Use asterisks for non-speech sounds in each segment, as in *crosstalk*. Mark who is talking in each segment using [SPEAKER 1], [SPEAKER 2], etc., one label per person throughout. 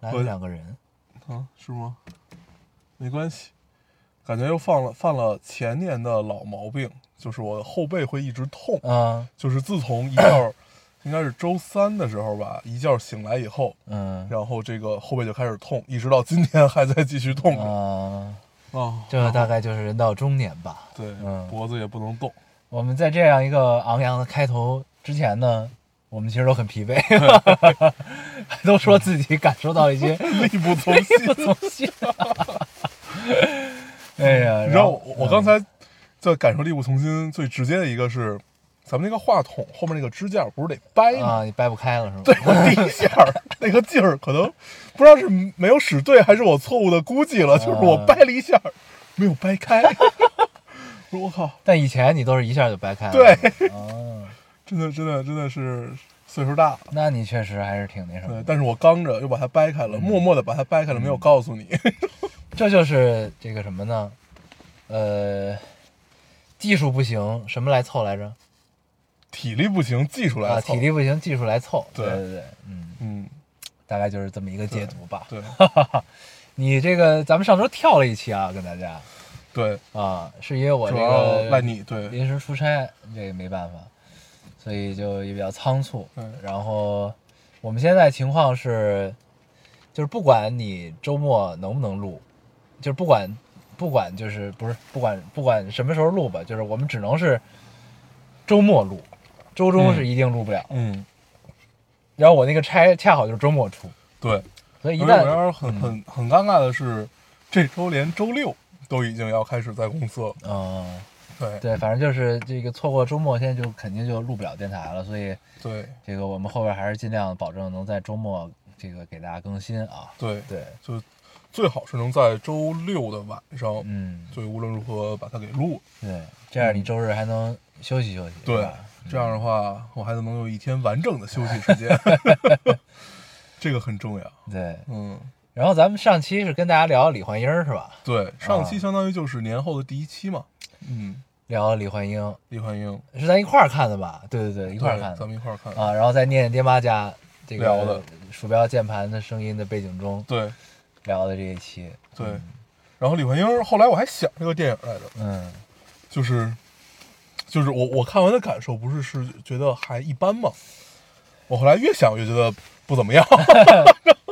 [SPEAKER 1] 来了
[SPEAKER 2] 我
[SPEAKER 1] 两个人，
[SPEAKER 2] 啊，是吗？没关系，感觉又犯了犯了前年的老毛病，就是我的后背会一直痛。
[SPEAKER 1] 嗯
[SPEAKER 2] 就是自从一觉， *clears throat* 应该是周三的时候吧，一觉醒来以后，
[SPEAKER 1] 嗯
[SPEAKER 2] 然后这个后背就开始痛，一直到今天还在继续痛着。
[SPEAKER 1] 啊，
[SPEAKER 2] 啊，
[SPEAKER 1] 这大概就是人到中年吧。
[SPEAKER 2] 对
[SPEAKER 1] 嗯，
[SPEAKER 2] 脖子也不能动。 *laughs*
[SPEAKER 1] 我们在这样一个昂扬的开头之前呢，我们其实都很
[SPEAKER 2] *laughs*
[SPEAKER 1] 疲惫，都说自己感受到一些
[SPEAKER 2] 力不从
[SPEAKER 1] *laughs*
[SPEAKER 2] 心。
[SPEAKER 1] 不从
[SPEAKER 2] *laughs*
[SPEAKER 1] 心。哎呀，
[SPEAKER 2] 你知
[SPEAKER 1] 然
[SPEAKER 2] 道
[SPEAKER 1] 后
[SPEAKER 2] 我我刚才在感受力不从心最直接的一个是，咱们那个话筒后面那个支架不是得掰吗？
[SPEAKER 1] 啊，你掰不开了是吗？
[SPEAKER 2] 对我第一下儿那个劲儿，可能不知道是没有使对，还是我错误的估计了，就是
[SPEAKER 1] 啊
[SPEAKER 2] 我掰了一下儿，没有掰开。 *laughs* 我说我靠，
[SPEAKER 1] 但以前你都是一下就掰开了。
[SPEAKER 2] 对，
[SPEAKER 1] 哦，
[SPEAKER 2] 真的真的真的是岁数大了。
[SPEAKER 1] 那你确实还是挺那什么
[SPEAKER 2] 对
[SPEAKER 1] 的，。
[SPEAKER 2] 但是我刚着又把它掰开了，默默的把它掰开了，没
[SPEAKER 1] 嗯
[SPEAKER 2] 有告诉你。 *laughs*
[SPEAKER 1] 这就是这个什么呢？呃，技术不行，什么来凑来着？
[SPEAKER 2] 体力不行，技术来
[SPEAKER 1] 啊，
[SPEAKER 2] 凑
[SPEAKER 1] 体，力不行，技术来凑。
[SPEAKER 2] 对
[SPEAKER 1] 对对，嗯，
[SPEAKER 2] 嗯，
[SPEAKER 1] 大概就是这么一个解读吧。
[SPEAKER 2] 对
[SPEAKER 1] *laughs* 你这个咱们上周跳了一期啊，跟大家
[SPEAKER 2] 对，
[SPEAKER 1] 啊，是因为我这
[SPEAKER 2] 主要
[SPEAKER 1] 个
[SPEAKER 2] 赖你，对
[SPEAKER 1] 临时出差，这个没办法，所以就也比较仓促
[SPEAKER 2] 嗯。
[SPEAKER 1] 然后我们现在情况是，就是不管你周末能不能录，就是不管不管就是不是不管不管什么时候录吧，就是我们只能是周末录，周中是一定录不了。
[SPEAKER 2] 嗯
[SPEAKER 1] 然后我那个差恰好就是周末出，
[SPEAKER 2] 对。
[SPEAKER 1] 所以一
[SPEAKER 2] 而哎且我
[SPEAKER 1] 旦嗯
[SPEAKER 2] 要是很很很尴尬的是，这周连周六都已经要开始在公司了，
[SPEAKER 1] 嗯。
[SPEAKER 2] 对
[SPEAKER 1] 对，反正就是这个错过周末，现在就肯定就录不了电台了，所以
[SPEAKER 2] 对
[SPEAKER 1] 这个我们后边还是尽量保证能在周末这个给大家更新啊。
[SPEAKER 2] 对。
[SPEAKER 1] 对，
[SPEAKER 2] 就最好是能在周六的晚上，
[SPEAKER 1] 嗯，
[SPEAKER 2] 就无论如何把它给录。
[SPEAKER 1] 对，这样你周日还能休息休息。是
[SPEAKER 2] 对
[SPEAKER 1] 吧，
[SPEAKER 2] 这样的话，我还能有一天完整的休息时
[SPEAKER 1] *laughs*
[SPEAKER 2] 间， *laughs* 这个很重要。
[SPEAKER 1] 对。
[SPEAKER 2] 嗯，
[SPEAKER 1] 然后咱们上期是跟大家聊李焕英儿是吧？
[SPEAKER 2] 对，上期
[SPEAKER 1] 啊
[SPEAKER 2] 相当于就是年后的第一期嘛。嗯，
[SPEAKER 1] 聊李焕英
[SPEAKER 2] 李焕英
[SPEAKER 1] 是咱一块儿看的吧？对对对，一块儿
[SPEAKER 2] 对
[SPEAKER 1] 看的
[SPEAKER 2] 咱们一块儿看。
[SPEAKER 1] 啊。然后在念念爹妈家这个
[SPEAKER 2] 聊的
[SPEAKER 1] 鼠标键盘的声音的背景中
[SPEAKER 2] 对
[SPEAKER 1] 聊的这一期。
[SPEAKER 2] 对，然后李焕英后来我还想这个电影来着，
[SPEAKER 1] 嗯，
[SPEAKER 2] 就是就是我我看完的感受不是是觉得还一般嘛，我后来越想越觉得不怎么样。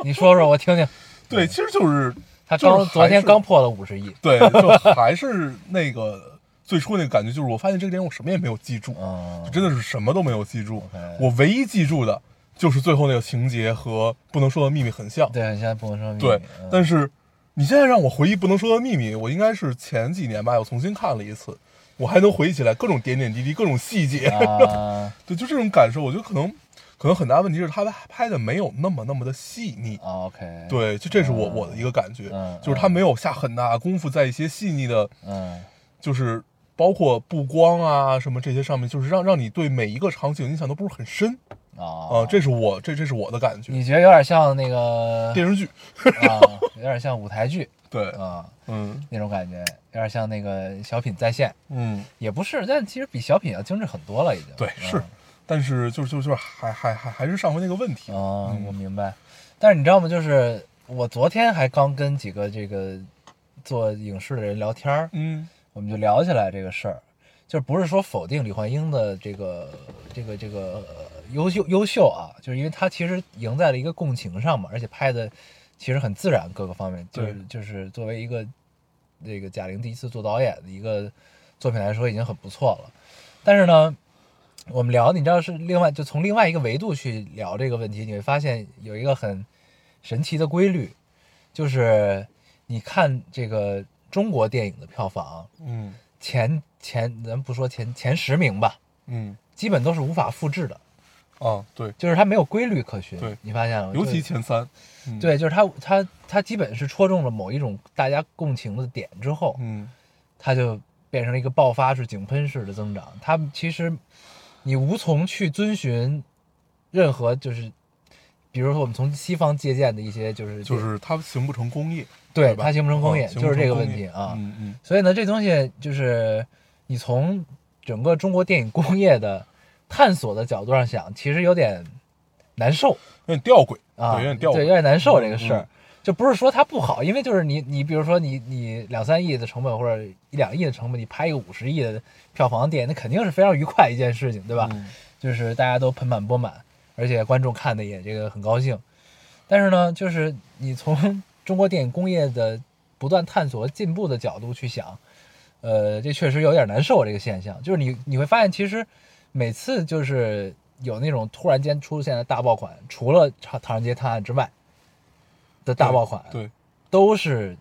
[SPEAKER 1] 你说说我听听。
[SPEAKER 2] *laughs* 对，其实就是
[SPEAKER 1] 他
[SPEAKER 2] 就是
[SPEAKER 1] 刚昨天
[SPEAKER 2] 还是
[SPEAKER 1] 刚破了五十亿。
[SPEAKER 2] 对，就还是那个最初那个感觉，就是我发现这个电影我什么也没有记住，
[SPEAKER 1] 嗯，
[SPEAKER 2] 就真的是什么都没有记住
[SPEAKER 1] OK。
[SPEAKER 2] 我唯一记住的就是最后那个情节和《不能说的秘密》很像。
[SPEAKER 1] 对，现在不能说秘密。
[SPEAKER 2] 对
[SPEAKER 1] 嗯，
[SPEAKER 2] 但是你现在让我回忆《不能说的秘密》，我应该是前几年吧，我重新看了一次，我还能回忆起来各种点点滴滴、各种细节。 *laughs*
[SPEAKER 1] 啊
[SPEAKER 2] 对，就这种感受，我觉得可能可能很大问题是他拍的没有那么那么的细腻。
[SPEAKER 1] 啊，OK，，
[SPEAKER 2] 对，就这是我
[SPEAKER 1] 嗯
[SPEAKER 2] 我的一个感觉
[SPEAKER 1] 嗯，
[SPEAKER 2] 就是他没有下很大的功夫在一些细腻的
[SPEAKER 1] 嗯
[SPEAKER 2] 就是包括布光啊什么这些上面，就是让让你对每一个场景印象都不是很深啊、
[SPEAKER 1] 啊，
[SPEAKER 2] 这是我这这是我的感觉。
[SPEAKER 1] 你觉得有点像那个
[SPEAKER 2] 电视剧，
[SPEAKER 1] 啊，有点像舞台剧
[SPEAKER 2] *laughs* 对，
[SPEAKER 1] 啊
[SPEAKER 2] 嗯
[SPEAKER 1] 那种感觉，有点像那个小品在线，
[SPEAKER 2] 嗯，
[SPEAKER 1] 也不是，但其实比小品要精致很多了，已经。
[SPEAKER 2] 对
[SPEAKER 1] 嗯
[SPEAKER 2] 是，但是就是就是就是还还还还是上回那个问题，
[SPEAKER 1] 啊，
[SPEAKER 2] 嗯
[SPEAKER 1] 我明白。但是你知道吗？就是我昨天还刚跟几个这个做影视的人聊天儿，
[SPEAKER 2] 嗯
[SPEAKER 1] 我们就聊起来这个事儿，就不是说否定李焕英的这个这个这个、呃优秀优秀啊，就是因为她其实赢在了一个共情上嘛，而且拍的其实很自然，各个方面就
[SPEAKER 2] 对
[SPEAKER 1] 是就是作为一个这个贾玲第一次做导演的一个作品来说，已经很不错了。但是呢，我们聊，你知道是另外就从另外一个维度去聊这个问题，你会发现有一个很神奇的规律，就是你看这个中国电影的票房
[SPEAKER 2] 嗯
[SPEAKER 1] 前前，咱不说前前十名吧，
[SPEAKER 2] 嗯
[SPEAKER 1] 基本都是无法复制的。
[SPEAKER 2] 啊，对，
[SPEAKER 1] 就是它没有规律可循。
[SPEAKER 2] 对
[SPEAKER 1] 你发现了吗？
[SPEAKER 2] 尤
[SPEAKER 1] 就
[SPEAKER 2] 其前三，嗯，
[SPEAKER 1] 对，就是它它它基本是戳中了某一种大家共情的点之后，
[SPEAKER 2] 嗯，
[SPEAKER 1] 它就变成了一个爆发式、井喷式的增长。它其实你无从去遵循任何就是。比如说，我们从西方借鉴的一些就是
[SPEAKER 2] 就是它形不成工业，
[SPEAKER 1] 对
[SPEAKER 2] 对吧
[SPEAKER 1] 它形不成工业，
[SPEAKER 2] 啊
[SPEAKER 1] 就是这个问题
[SPEAKER 2] 形不成工业
[SPEAKER 1] 啊。
[SPEAKER 2] 嗯嗯，
[SPEAKER 1] 所以呢，这东西就是你从整个中国电影工业的探索的角度上想，其实有点难受
[SPEAKER 2] 有点吊诡
[SPEAKER 1] 啊，
[SPEAKER 2] 对，有点吊
[SPEAKER 1] 对，有
[SPEAKER 2] 诡，
[SPEAKER 1] 点难受这个事儿。
[SPEAKER 2] 嗯
[SPEAKER 1] 就不是说它不好，因为就是你，你比如说你，你两三亿的成本或者一两亿的成本，你拍一个五十亿的票房电影，那肯定是非常愉快一件事情，对吧？
[SPEAKER 2] 嗯
[SPEAKER 1] 就是大家都盆满钵满，而且观众看的也这个很高兴。但是呢，就是你从 *laughs* 中国电影工业的不断探索进步的角度去想，呃，这确实有点难受这个现象。就是你你会发现，其实每次就是有那种突然间出现的大爆款，除了《唐唐人街探案》之外的大爆款，
[SPEAKER 2] 对
[SPEAKER 1] 都是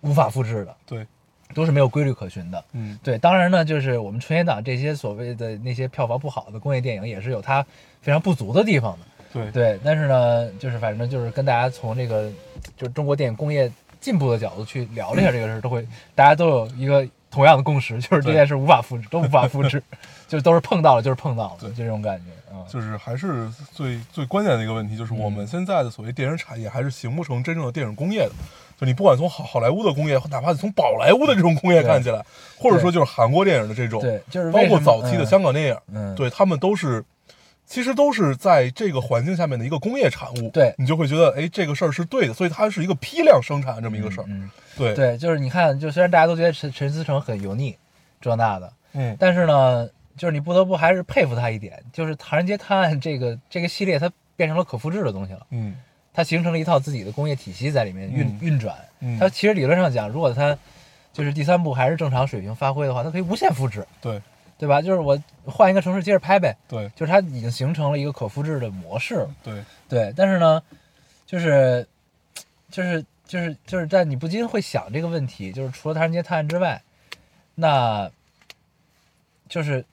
[SPEAKER 1] 无法复制的，
[SPEAKER 2] 对，
[SPEAKER 1] 都是没有规律可循的。
[SPEAKER 2] 嗯
[SPEAKER 1] 对，当然呢，就是我们春节档这些所谓的那些票房不好的工业电影，也是有它非常不足的地方的。
[SPEAKER 2] 对，
[SPEAKER 1] 对，但是呢，就是反正就是跟大家从这个就是中国电影工业进步的角度去聊了一下这个事儿，都会大家都有一个同样的共识，就是这
[SPEAKER 2] 对
[SPEAKER 1] 件事无法复制，都 *laughs* 无法复
[SPEAKER 2] *laughs*
[SPEAKER 1] 制，就都是碰到了就是碰到了，就
[SPEAKER 2] 对
[SPEAKER 1] 这种感觉啊。
[SPEAKER 2] 就是还是最最关键的一个问题，就是我
[SPEAKER 1] 嗯
[SPEAKER 2] 们现在的所谓电影产业还是形不成真正的电影工业的。就你不管从好好莱坞的工业，哪怕你从宝莱坞的这种工业
[SPEAKER 1] 对
[SPEAKER 2] 看起来，或者说就是韩国电影的这种，
[SPEAKER 1] 对，就是
[SPEAKER 2] 包
[SPEAKER 1] 为
[SPEAKER 2] 括
[SPEAKER 1] 什么
[SPEAKER 2] 早期的
[SPEAKER 1] 嗯
[SPEAKER 2] 香港电影，
[SPEAKER 1] 嗯
[SPEAKER 2] 对他们都是，其实都是在这个环境下面的一个工业产物。
[SPEAKER 1] 对
[SPEAKER 2] 你就会觉得，哎，这个事儿是对的，所以它是一个批量生产这么一个事儿。
[SPEAKER 1] 嗯，
[SPEAKER 2] 对，
[SPEAKER 1] 对，就是你看，就虽然大家都觉得陈陈思诚很油腻，这那的，
[SPEAKER 2] 嗯，
[SPEAKER 1] 但是呢，就是你不得不还是佩服他一点，就是《唐人街探案》这个这个系列，它变成了可复制的东西了，
[SPEAKER 2] 嗯，
[SPEAKER 1] 它形成了一套自己的工业体系在里面运、
[SPEAKER 2] 嗯
[SPEAKER 1] 运转。
[SPEAKER 2] 嗯
[SPEAKER 1] 它其实理论上讲，如果它就是第三部还是正常水平发挥的话，它可以无限复制，
[SPEAKER 2] 对，
[SPEAKER 1] 对吧？就是我换一个城市接着拍呗，
[SPEAKER 2] 对，
[SPEAKER 1] 就是它已经形成了一个可复制的模式了。
[SPEAKER 2] 对，
[SPEAKER 1] 对，但是呢，就是就是就是就是，但你不禁会想这个问题，就是除了《唐人街探案》之外，那就是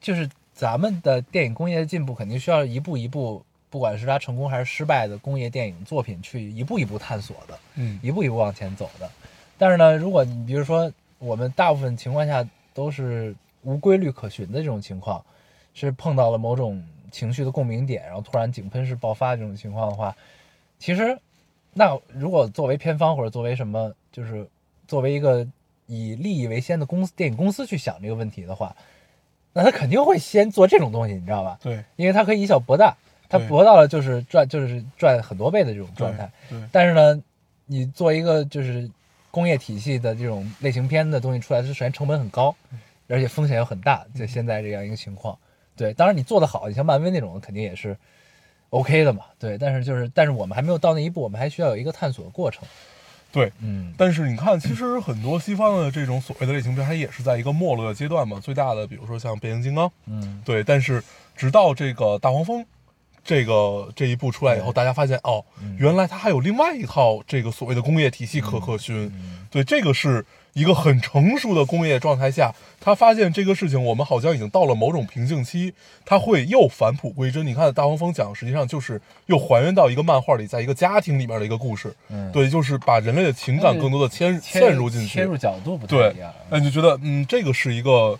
[SPEAKER 1] 就是咱们的电影工业的进步，肯定需要一步一步，不管是它成功还是失败的工业电影作品，去一步一步探索的，
[SPEAKER 2] 嗯，
[SPEAKER 1] 一步一步往前走的。但是呢，如果你比如说我们大部分情况下都是无规律可循的这种情况，是碰到了某种情绪的共鸣点，然后突然井喷式爆发这种情况的话，其实那如果作为片方或者作为什么，就是作为一个以利益为先的公司电影公司去想这个问题的话，那他肯定会先做这种东西，你知道吧？
[SPEAKER 2] 对，
[SPEAKER 1] 因为他可以以小博大，他
[SPEAKER 2] 对
[SPEAKER 1] 博到了就是赚就是赚很多倍的这种状态
[SPEAKER 2] 对。，对，
[SPEAKER 1] 但是呢，你做一个就是工业体系的这种类型片的东西出来，是首先成本很高，
[SPEAKER 2] 嗯
[SPEAKER 1] 而且风险又很大，就现在这样一个情况。对，当然你做得好，你像漫威那种肯定也是 OK 的嘛。对，但是就是，但是我们还没有到那一步，我们还需要有一个探索的过程。
[SPEAKER 2] 对。
[SPEAKER 1] 嗯，
[SPEAKER 2] 但是你看，其实很多西方的这种所谓的类型片，它也是在一个没落的阶段嘛。最大的，比如说像《变形金刚》，
[SPEAKER 1] 嗯，
[SPEAKER 2] 对。但是直到这个《大黄蜂》这个这一部出来以后，
[SPEAKER 1] 对嗯
[SPEAKER 2] 大家发现哦，原来它还有另外一套这个所谓的工业体系可可循。
[SPEAKER 1] 嗯
[SPEAKER 2] 对，这个是一个很成熟的工业状态下，他发现这个事情我们好像已经到了某种瓶颈期，他会又返璞归真。你看《大黄蜂》讲，实际上就是又还原到一个漫画里，在一个家庭里面的一个故事。
[SPEAKER 1] 嗯
[SPEAKER 2] 对，就是把人类的情感更多的牵
[SPEAKER 1] 切
[SPEAKER 2] 嵌入进去
[SPEAKER 1] 切。入角度不太
[SPEAKER 2] 对
[SPEAKER 1] 一样。，
[SPEAKER 2] 那你就觉得，嗯，这个是一个，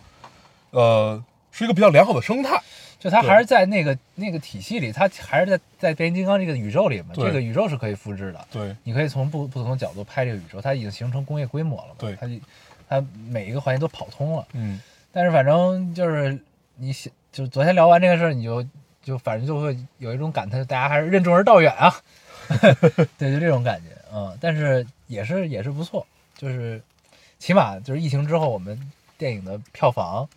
[SPEAKER 2] 呃，是一个比较良好的生态。
[SPEAKER 1] 就它
[SPEAKER 2] 对
[SPEAKER 1] 还是在那个那个体系里，它还是在在变形金刚这个宇宙里嘛。
[SPEAKER 2] 对
[SPEAKER 1] 这个宇宙是可以复制的。
[SPEAKER 2] 对，
[SPEAKER 1] 你可以从不不同的角度拍这个宇宙，它已经形成工业规模了嘛？
[SPEAKER 2] 对
[SPEAKER 1] 它它每一个环节都跑通了。
[SPEAKER 2] 嗯，
[SPEAKER 1] 但是反正就是你想，就是昨天聊完这个事儿，你就就反正就会有一种感叹，大家还是任重而道远
[SPEAKER 2] *laughs*
[SPEAKER 1] 啊。对，就这种感觉嗯。但是也是也是不错，就是起码就是疫情之后，我们电影的票房，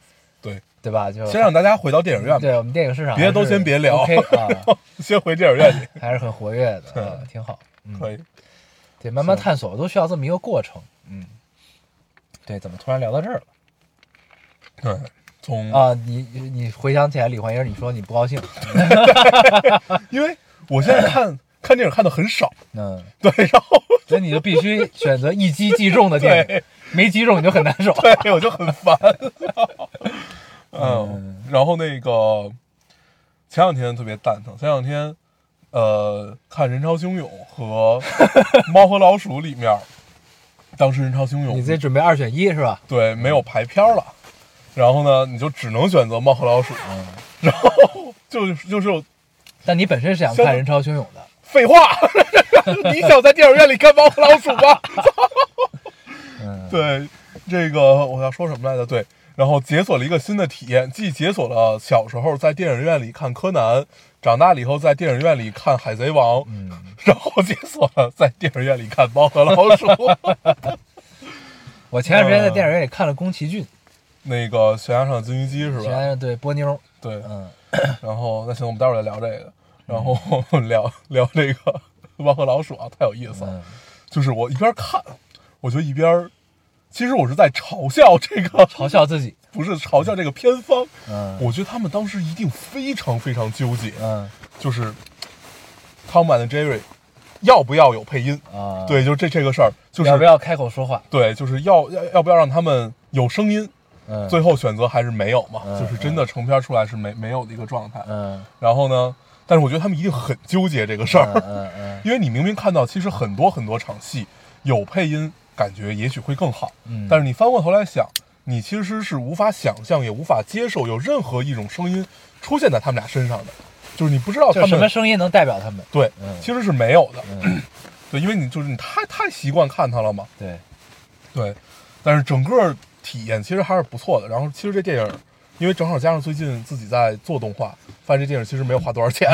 [SPEAKER 2] 对，
[SPEAKER 1] 对吧？就
[SPEAKER 2] 先让大家回到电影院吧，
[SPEAKER 1] 嗯对我们电影市场
[SPEAKER 2] 别
[SPEAKER 1] 还
[SPEAKER 2] 都
[SPEAKER 1] 是
[SPEAKER 2] 先别聊
[SPEAKER 1] OK 啊，
[SPEAKER 2] 先回电影院去，
[SPEAKER 1] 还是很活跃
[SPEAKER 2] *laughs*
[SPEAKER 1] 的，啊挺好。嗯，
[SPEAKER 2] 可以。
[SPEAKER 1] 对，慢慢
[SPEAKER 2] 是
[SPEAKER 1] 探索都需要这么一个过程。嗯，对，怎么突然聊到这儿了
[SPEAKER 2] 对，从
[SPEAKER 1] 嗯啊？你你回想起来李焕英，你说你不高兴，
[SPEAKER 2] 因为我现在
[SPEAKER 1] *laughs*
[SPEAKER 2] 看看电影看的很少，
[SPEAKER 1] 嗯，
[SPEAKER 2] 对，然后
[SPEAKER 1] 所以你就必须选择一击即中的电影
[SPEAKER 2] 对，
[SPEAKER 1] 没击中你就很难受。
[SPEAKER 2] 对
[SPEAKER 1] *laughs* 嗯
[SPEAKER 2] 我就很烦，嗯，然后那个，前两天特别蛋疼，前两天呃看《人潮汹涌》和《猫和老鼠》里面，当时《人潮汹
[SPEAKER 1] *laughs*
[SPEAKER 2] 涌
[SPEAKER 1] 你》这准备二选一是吧？
[SPEAKER 2] 对没有排片了，然后呢你就只能选择《猫和老鼠》，然后就就是有
[SPEAKER 1] 但你本身是想
[SPEAKER 2] 相
[SPEAKER 1] 看
[SPEAKER 2] 当
[SPEAKER 1] 《人潮汹涌》的，
[SPEAKER 2] 废话， *laughs* 你想在电影院里看《猫和老鼠》吗？
[SPEAKER 1] 嗯，
[SPEAKER 2] 对，这个我要说什么来着？对，然后解锁了一个新的体验，既解锁了小时候在电影院里看柯南，长大了以后在电影院里看海贼王，然后解锁了在电影院里看猫和老鼠。 *laughs*
[SPEAKER 1] 我前段时间在电影院里看了宫崎骏，
[SPEAKER 2] 那个悬崖上的金鱼姬是
[SPEAKER 1] 前
[SPEAKER 2] 吧？
[SPEAKER 1] 段对波妞，
[SPEAKER 2] 对，
[SPEAKER 1] 嗯，
[SPEAKER 2] 然后那行，我们待会儿再聊这个，然后 *laughs* 聊聊这个 *laughs* 猫和老鼠啊，太有意思了。
[SPEAKER 1] 嗯
[SPEAKER 2] 就是我一边看，我就一边，其实我是在嘲笑这个，
[SPEAKER 1] 嘲笑自己，
[SPEAKER 2] *laughs* 不是嘲笑这个片方，
[SPEAKER 1] 嗯
[SPEAKER 2] 我觉得他们当时一定非常非常纠结，
[SPEAKER 1] 嗯
[SPEAKER 2] 就是《Tom and Jerry》要不要有配音？
[SPEAKER 1] 啊，，
[SPEAKER 2] 对，就这这个事儿，就是
[SPEAKER 1] 要不要开口说话？
[SPEAKER 2] 对，就是要要要不要让他们有声音？
[SPEAKER 1] 嗯，
[SPEAKER 2] 最后选择还是没有嘛，
[SPEAKER 1] 嗯
[SPEAKER 2] 就是真的成片出来是没没有的一个状态。
[SPEAKER 1] 嗯，
[SPEAKER 2] 然后呢，但是我觉得他们一定很纠结这个事
[SPEAKER 1] 嗯
[SPEAKER 2] 儿，
[SPEAKER 1] 嗯嗯
[SPEAKER 2] *laughs*
[SPEAKER 1] *laughs*
[SPEAKER 2] 因为你明明看到其实很多很多场戏有配音，感觉也许会更好，
[SPEAKER 1] 嗯，
[SPEAKER 2] 但
[SPEAKER 1] 是
[SPEAKER 2] 是你翻过头来想，你其实是无法想象，也无法接受有任何一种声音出现在他们俩身上的，就是你不知道
[SPEAKER 1] 就
[SPEAKER 2] 他
[SPEAKER 1] 是什么
[SPEAKER 2] 们
[SPEAKER 1] 声音能代表他们？
[SPEAKER 2] 对
[SPEAKER 1] 嗯，
[SPEAKER 2] 其实是没有的，
[SPEAKER 1] 嗯，
[SPEAKER 2] 对，因为你就是你太太习惯看他了嘛，
[SPEAKER 1] 对，
[SPEAKER 2] 对，但是整个体验其实还是不错的。然后其实这电影，因为正好加上最近自己在做动画，发现这电影其实没有花多
[SPEAKER 1] *laughs*
[SPEAKER 2] 少钱，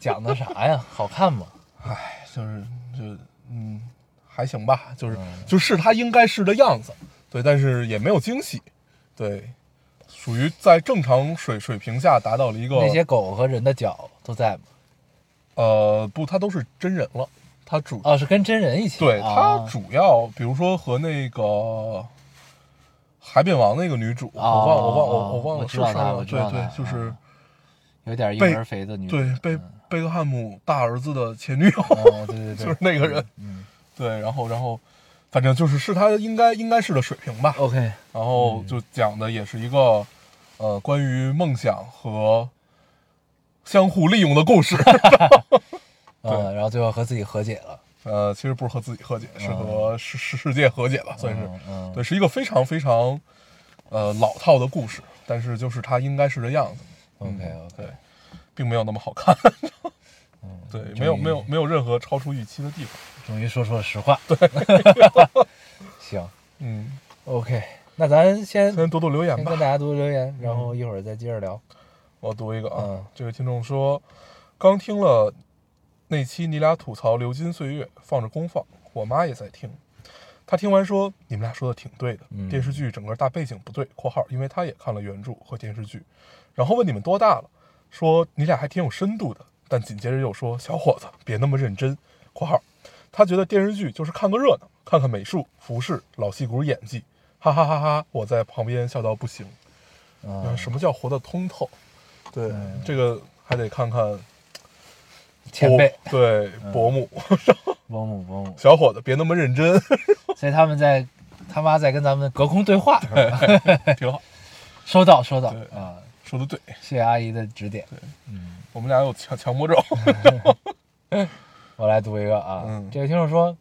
[SPEAKER 1] 讲的啥呀？ *laughs* 好看
[SPEAKER 2] *laughs*
[SPEAKER 1] 吗？
[SPEAKER 2] 唉，就是就嗯还行吧，就是
[SPEAKER 1] 嗯
[SPEAKER 2] 就是他应该是的样子，对，但是也没有惊喜，对，属于在正常水水平下达到了一个
[SPEAKER 1] 那些狗和人的脚都在吗？
[SPEAKER 2] 呃不，他都是真人了，他主
[SPEAKER 1] 哦，是跟真人一起。
[SPEAKER 2] 对
[SPEAKER 1] 啊
[SPEAKER 2] 它主要，比如说和那个《海扁王》那个女主，我
[SPEAKER 1] 哦
[SPEAKER 2] 忘我忘
[SPEAKER 1] 哦
[SPEAKER 2] 我我忘
[SPEAKER 1] 我
[SPEAKER 2] 了
[SPEAKER 1] 知
[SPEAKER 2] 是
[SPEAKER 1] 道
[SPEAKER 2] 谁
[SPEAKER 1] 她我
[SPEAKER 2] 了，
[SPEAKER 1] 知
[SPEAKER 2] 对
[SPEAKER 1] 道她
[SPEAKER 2] 对，就是
[SPEAKER 1] 啊有点婴
[SPEAKER 2] 被
[SPEAKER 1] 儿肥的女。嗯
[SPEAKER 2] 对贝贝克汉姆大儿子的前女友，
[SPEAKER 1] 哦，对对对，
[SPEAKER 2] 就是那个人，
[SPEAKER 1] 嗯
[SPEAKER 2] 对，然后然后反正就是是他应该应该是的水平
[SPEAKER 1] *laughs*
[SPEAKER 2] 吧，
[SPEAKER 1] ，OK，
[SPEAKER 2] 然后
[SPEAKER 1] 嗯
[SPEAKER 2] 就讲的也是一个呃关于梦想和相互利用的
[SPEAKER 1] *laughs*
[SPEAKER 2] 故事，
[SPEAKER 1] 嗯，然后最后和自己和解了，
[SPEAKER 2] 呃，其实不是和自己和解，是和世世世界和解吧，算是。
[SPEAKER 1] 哦嗯嗯，
[SPEAKER 2] 对，是一个非常非常呃老套的故事，但是就是它应该是这样子，嗯
[SPEAKER 1] ，OK OK，
[SPEAKER 2] 对，并没有那么好看，
[SPEAKER 1] 嗯
[SPEAKER 2] *laughs* 对，没有
[SPEAKER 1] 终于
[SPEAKER 2] 没有没有任何超出预期的地方，
[SPEAKER 1] 终于说出了实
[SPEAKER 2] *laughs*
[SPEAKER 1] 话。对， *laughs* 行
[SPEAKER 2] 嗯，
[SPEAKER 1] ，OK，那咱先
[SPEAKER 2] 先读读留言
[SPEAKER 1] 先
[SPEAKER 2] 吧
[SPEAKER 1] 跟大，家读留
[SPEAKER 2] 嗯
[SPEAKER 1] 言，然后一会儿再接着聊。
[SPEAKER 2] 我读一个啊，
[SPEAKER 1] 嗯
[SPEAKER 2] 这位听众说，刚听了那期你俩吐槽《流金岁月》，放着公放，我妈也在听。她听完说：“你们俩说的挺对的，
[SPEAKER 1] 嗯
[SPEAKER 2] 电视剧整个大背景不对。”（括号因为她也看了原著和电视剧。）然后问你们多大了，说你俩还挺有深度的，但紧接着又说：“小伙子，别那么认真。”（括号他觉得电视剧就是看个热闹，看看美术、服饰、老戏骨演技，哈哈哈哈！我在旁边笑到不行。
[SPEAKER 1] 嗯
[SPEAKER 2] 嗯，，什么叫活得通透？对，这个还得看看
[SPEAKER 1] 前
[SPEAKER 2] 伯
[SPEAKER 1] 辈，嗯
[SPEAKER 2] 对伯母 *laughs*
[SPEAKER 1] 伯母伯母，
[SPEAKER 2] 小伙子，别那么认真，
[SPEAKER 1] 所以他们在他妈在跟咱们隔空对话。
[SPEAKER 2] *laughs* 挺好，
[SPEAKER 1] 收到收到
[SPEAKER 2] 对
[SPEAKER 1] 啊，
[SPEAKER 2] 说的对，
[SPEAKER 1] 谢谢阿姨的指点。
[SPEAKER 2] 我们俩有强强迫症，
[SPEAKER 1] 我来读一个啊，
[SPEAKER 2] 嗯
[SPEAKER 1] 这个听众说，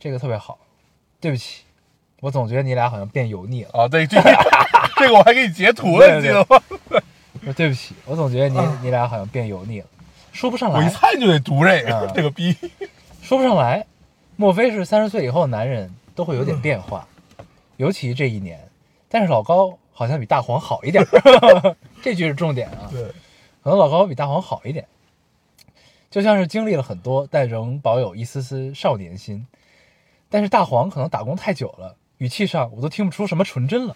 [SPEAKER 1] 这个特别好，对不起，我总觉得你俩好像变油
[SPEAKER 2] *laughs*
[SPEAKER 1] 腻了。
[SPEAKER 2] 啊，
[SPEAKER 1] *laughs*
[SPEAKER 2] 对，这个这个我还给你截图了，你记
[SPEAKER 1] 对
[SPEAKER 2] 得
[SPEAKER 1] 对
[SPEAKER 2] 吗？
[SPEAKER 1] 说对不起，我总觉得你、你俩好像变油腻了，说不上
[SPEAKER 2] 啊我一
[SPEAKER 1] 来，
[SPEAKER 2] 猜就得读这个
[SPEAKER 1] 啊嗯，
[SPEAKER 2] 这个逼，
[SPEAKER 1] 说不上来。莫非是三十岁以后男人都会有点变化，
[SPEAKER 2] 嗯
[SPEAKER 1] 尤其这一年。但是老高好像比大黄好一点儿，
[SPEAKER 2] *laughs*
[SPEAKER 1] 这句是重点啊。
[SPEAKER 2] 对，
[SPEAKER 1] 可能老高比大黄好一点，就像是经历了很多，但仍保有一丝丝少年心。但是大黄可能打工太久了，语气上我都听不出什么纯真了。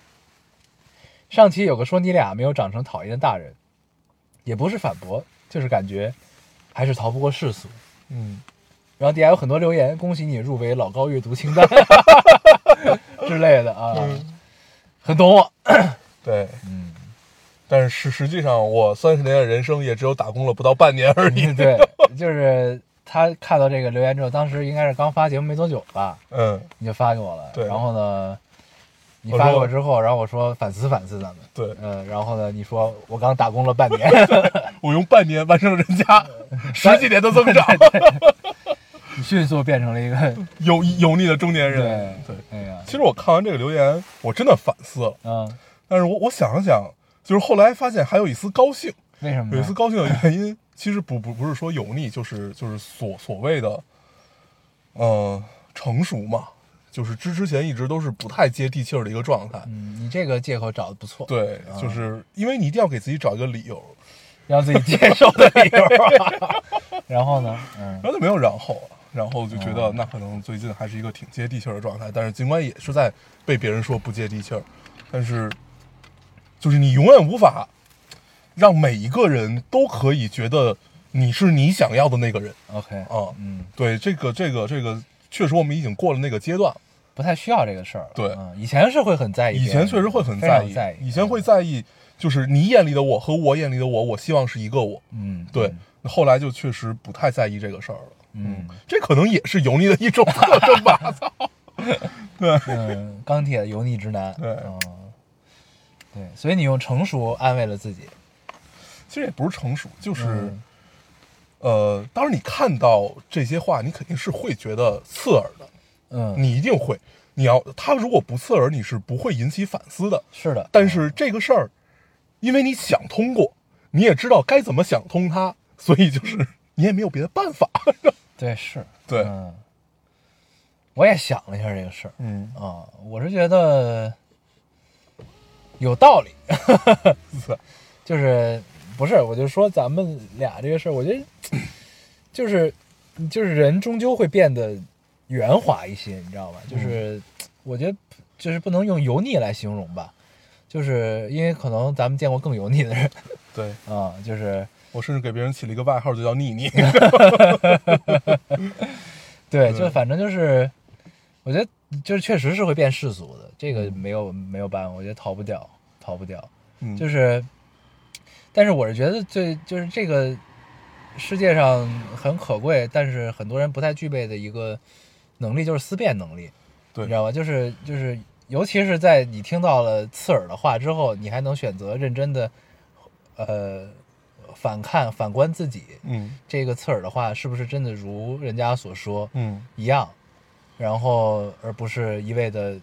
[SPEAKER 1] 上期有个说你俩没有长成讨厌的大人，也不是反驳，就是感觉还是逃不过世俗。
[SPEAKER 2] 嗯，
[SPEAKER 1] 然后底下有很多留言，恭喜你入围老高阅读清单 *laughs* 之类的啊，很懂我。 *laughs*
[SPEAKER 2] 对，嗯。但是实实际上，我三十年的人生也只有打工了不到半年而已。
[SPEAKER 1] 对，就是他看到这个留言之后，当时应该是刚发节目没多久吧，
[SPEAKER 2] 嗯，
[SPEAKER 1] 你就发给我了。
[SPEAKER 2] 对
[SPEAKER 1] 然后呢，你
[SPEAKER 2] 我
[SPEAKER 1] 发给
[SPEAKER 2] 说
[SPEAKER 1] 我之后，然后我说反思反思咱们，
[SPEAKER 2] 对
[SPEAKER 1] 嗯，然后呢，你说我刚打工了半
[SPEAKER 2] *laughs*
[SPEAKER 1] 年，
[SPEAKER 2] 我用半年完成了人家
[SPEAKER 1] 嗯
[SPEAKER 2] 十几年的增长， *laughs*
[SPEAKER 1] 你迅速变成了一个
[SPEAKER 2] 油油腻的中年人。对
[SPEAKER 1] 对，，哎呀，
[SPEAKER 2] 其实我看完这个留言，我真的反思了，
[SPEAKER 1] 嗯，
[SPEAKER 2] 但是我我想了想，就是后来发现还有一丝高兴，
[SPEAKER 1] 为什么呢？
[SPEAKER 2] 有一丝高兴的原因，其实不不不是说油腻，就是就是所所谓的，呃，成熟嘛，就是之之前一直都是不太接地气儿的一个状态。
[SPEAKER 1] 嗯，你这个借口找的不错，，
[SPEAKER 2] 对，就是因为你一定要给自己找一个理由，
[SPEAKER 1] 让自己接受的理由啊。 *laughs* 然后呢，嗯
[SPEAKER 2] 然后就没有然后了，然后就觉得那可能最近还是一个挺接地气儿的状态，但是尽管也是在被别人说不接地气儿，但是就是你永远无法让每一个人都可以觉得你是你想要的那个人
[SPEAKER 1] ，OK，
[SPEAKER 2] 啊。
[SPEAKER 1] 嗯，
[SPEAKER 2] 对，这个这个这个，确实我们已经过了那个阶段了。
[SPEAKER 1] 不太需要这个事儿了。
[SPEAKER 2] 对
[SPEAKER 1] 嗯，以前是会很在意别
[SPEAKER 2] 以
[SPEAKER 1] 人的，
[SPEAKER 2] 前确实会很
[SPEAKER 1] 非
[SPEAKER 2] 在
[SPEAKER 1] 常
[SPEAKER 2] 意，
[SPEAKER 1] 在意，嗯
[SPEAKER 2] 以前会在意，就是你眼里的我和我眼里的我，我希望是一个我。
[SPEAKER 1] 嗯，嗯，
[SPEAKER 2] 对，后来就确实不太在意这个事儿了。
[SPEAKER 1] 嗯，
[SPEAKER 2] 这可能也是油腻的一种特征吧。操，对
[SPEAKER 1] 嗯，钢铁油腻直男，
[SPEAKER 2] 对
[SPEAKER 1] 嗯，对，所以你用成熟安慰了自己，
[SPEAKER 2] 其实也不是成熟，就是、
[SPEAKER 1] 嗯
[SPEAKER 2] 呃，当然你看到这些话，你肯定是会觉得刺耳的，
[SPEAKER 1] 嗯，
[SPEAKER 2] 你一定会。你要他如果不刺耳，你是不会引起反思的。
[SPEAKER 1] 是的，
[SPEAKER 2] 但是这个事儿，因为你想通过，你也知道该怎么想通它， *laughs* 所以就是你也没有别的办法。
[SPEAKER 1] 对是，
[SPEAKER 2] 对
[SPEAKER 1] 嗯，我也想了一下这个事儿
[SPEAKER 2] 嗯，
[SPEAKER 1] 啊，我是觉得有道理， *laughs* 就是不是，我就说咱们俩这个事儿，我觉得就是就是人终究会变得圆滑一些，你知道吧？就是、
[SPEAKER 2] 嗯
[SPEAKER 1] 我觉得就是不能用油腻来形容吧，就是因为可能咱们见过更油腻的人
[SPEAKER 2] 对
[SPEAKER 1] 啊、就是
[SPEAKER 2] 我甚至给别人起了一个外号，就叫腻腻。
[SPEAKER 1] 对，
[SPEAKER 2] 对
[SPEAKER 1] 就反正就是我觉得就是确实是会变世俗的，这个没有没有办法，我觉得逃不掉，逃不掉。
[SPEAKER 2] 嗯，
[SPEAKER 1] 就是，但是我是觉得最就是这个世界上很可贵，但是很多人不太具备的一个能力就是思辨能力，
[SPEAKER 2] 对
[SPEAKER 1] 你知道吧？就是就是，尤其是在你听到了刺耳的话之后，你还能选择认真的，呃，反看反观自己，
[SPEAKER 2] 嗯
[SPEAKER 1] 这个刺耳的话是不是真的如人家所说
[SPEAKER 2] 嗯，
[SPEAKER 1] 一样，然后而不是一味的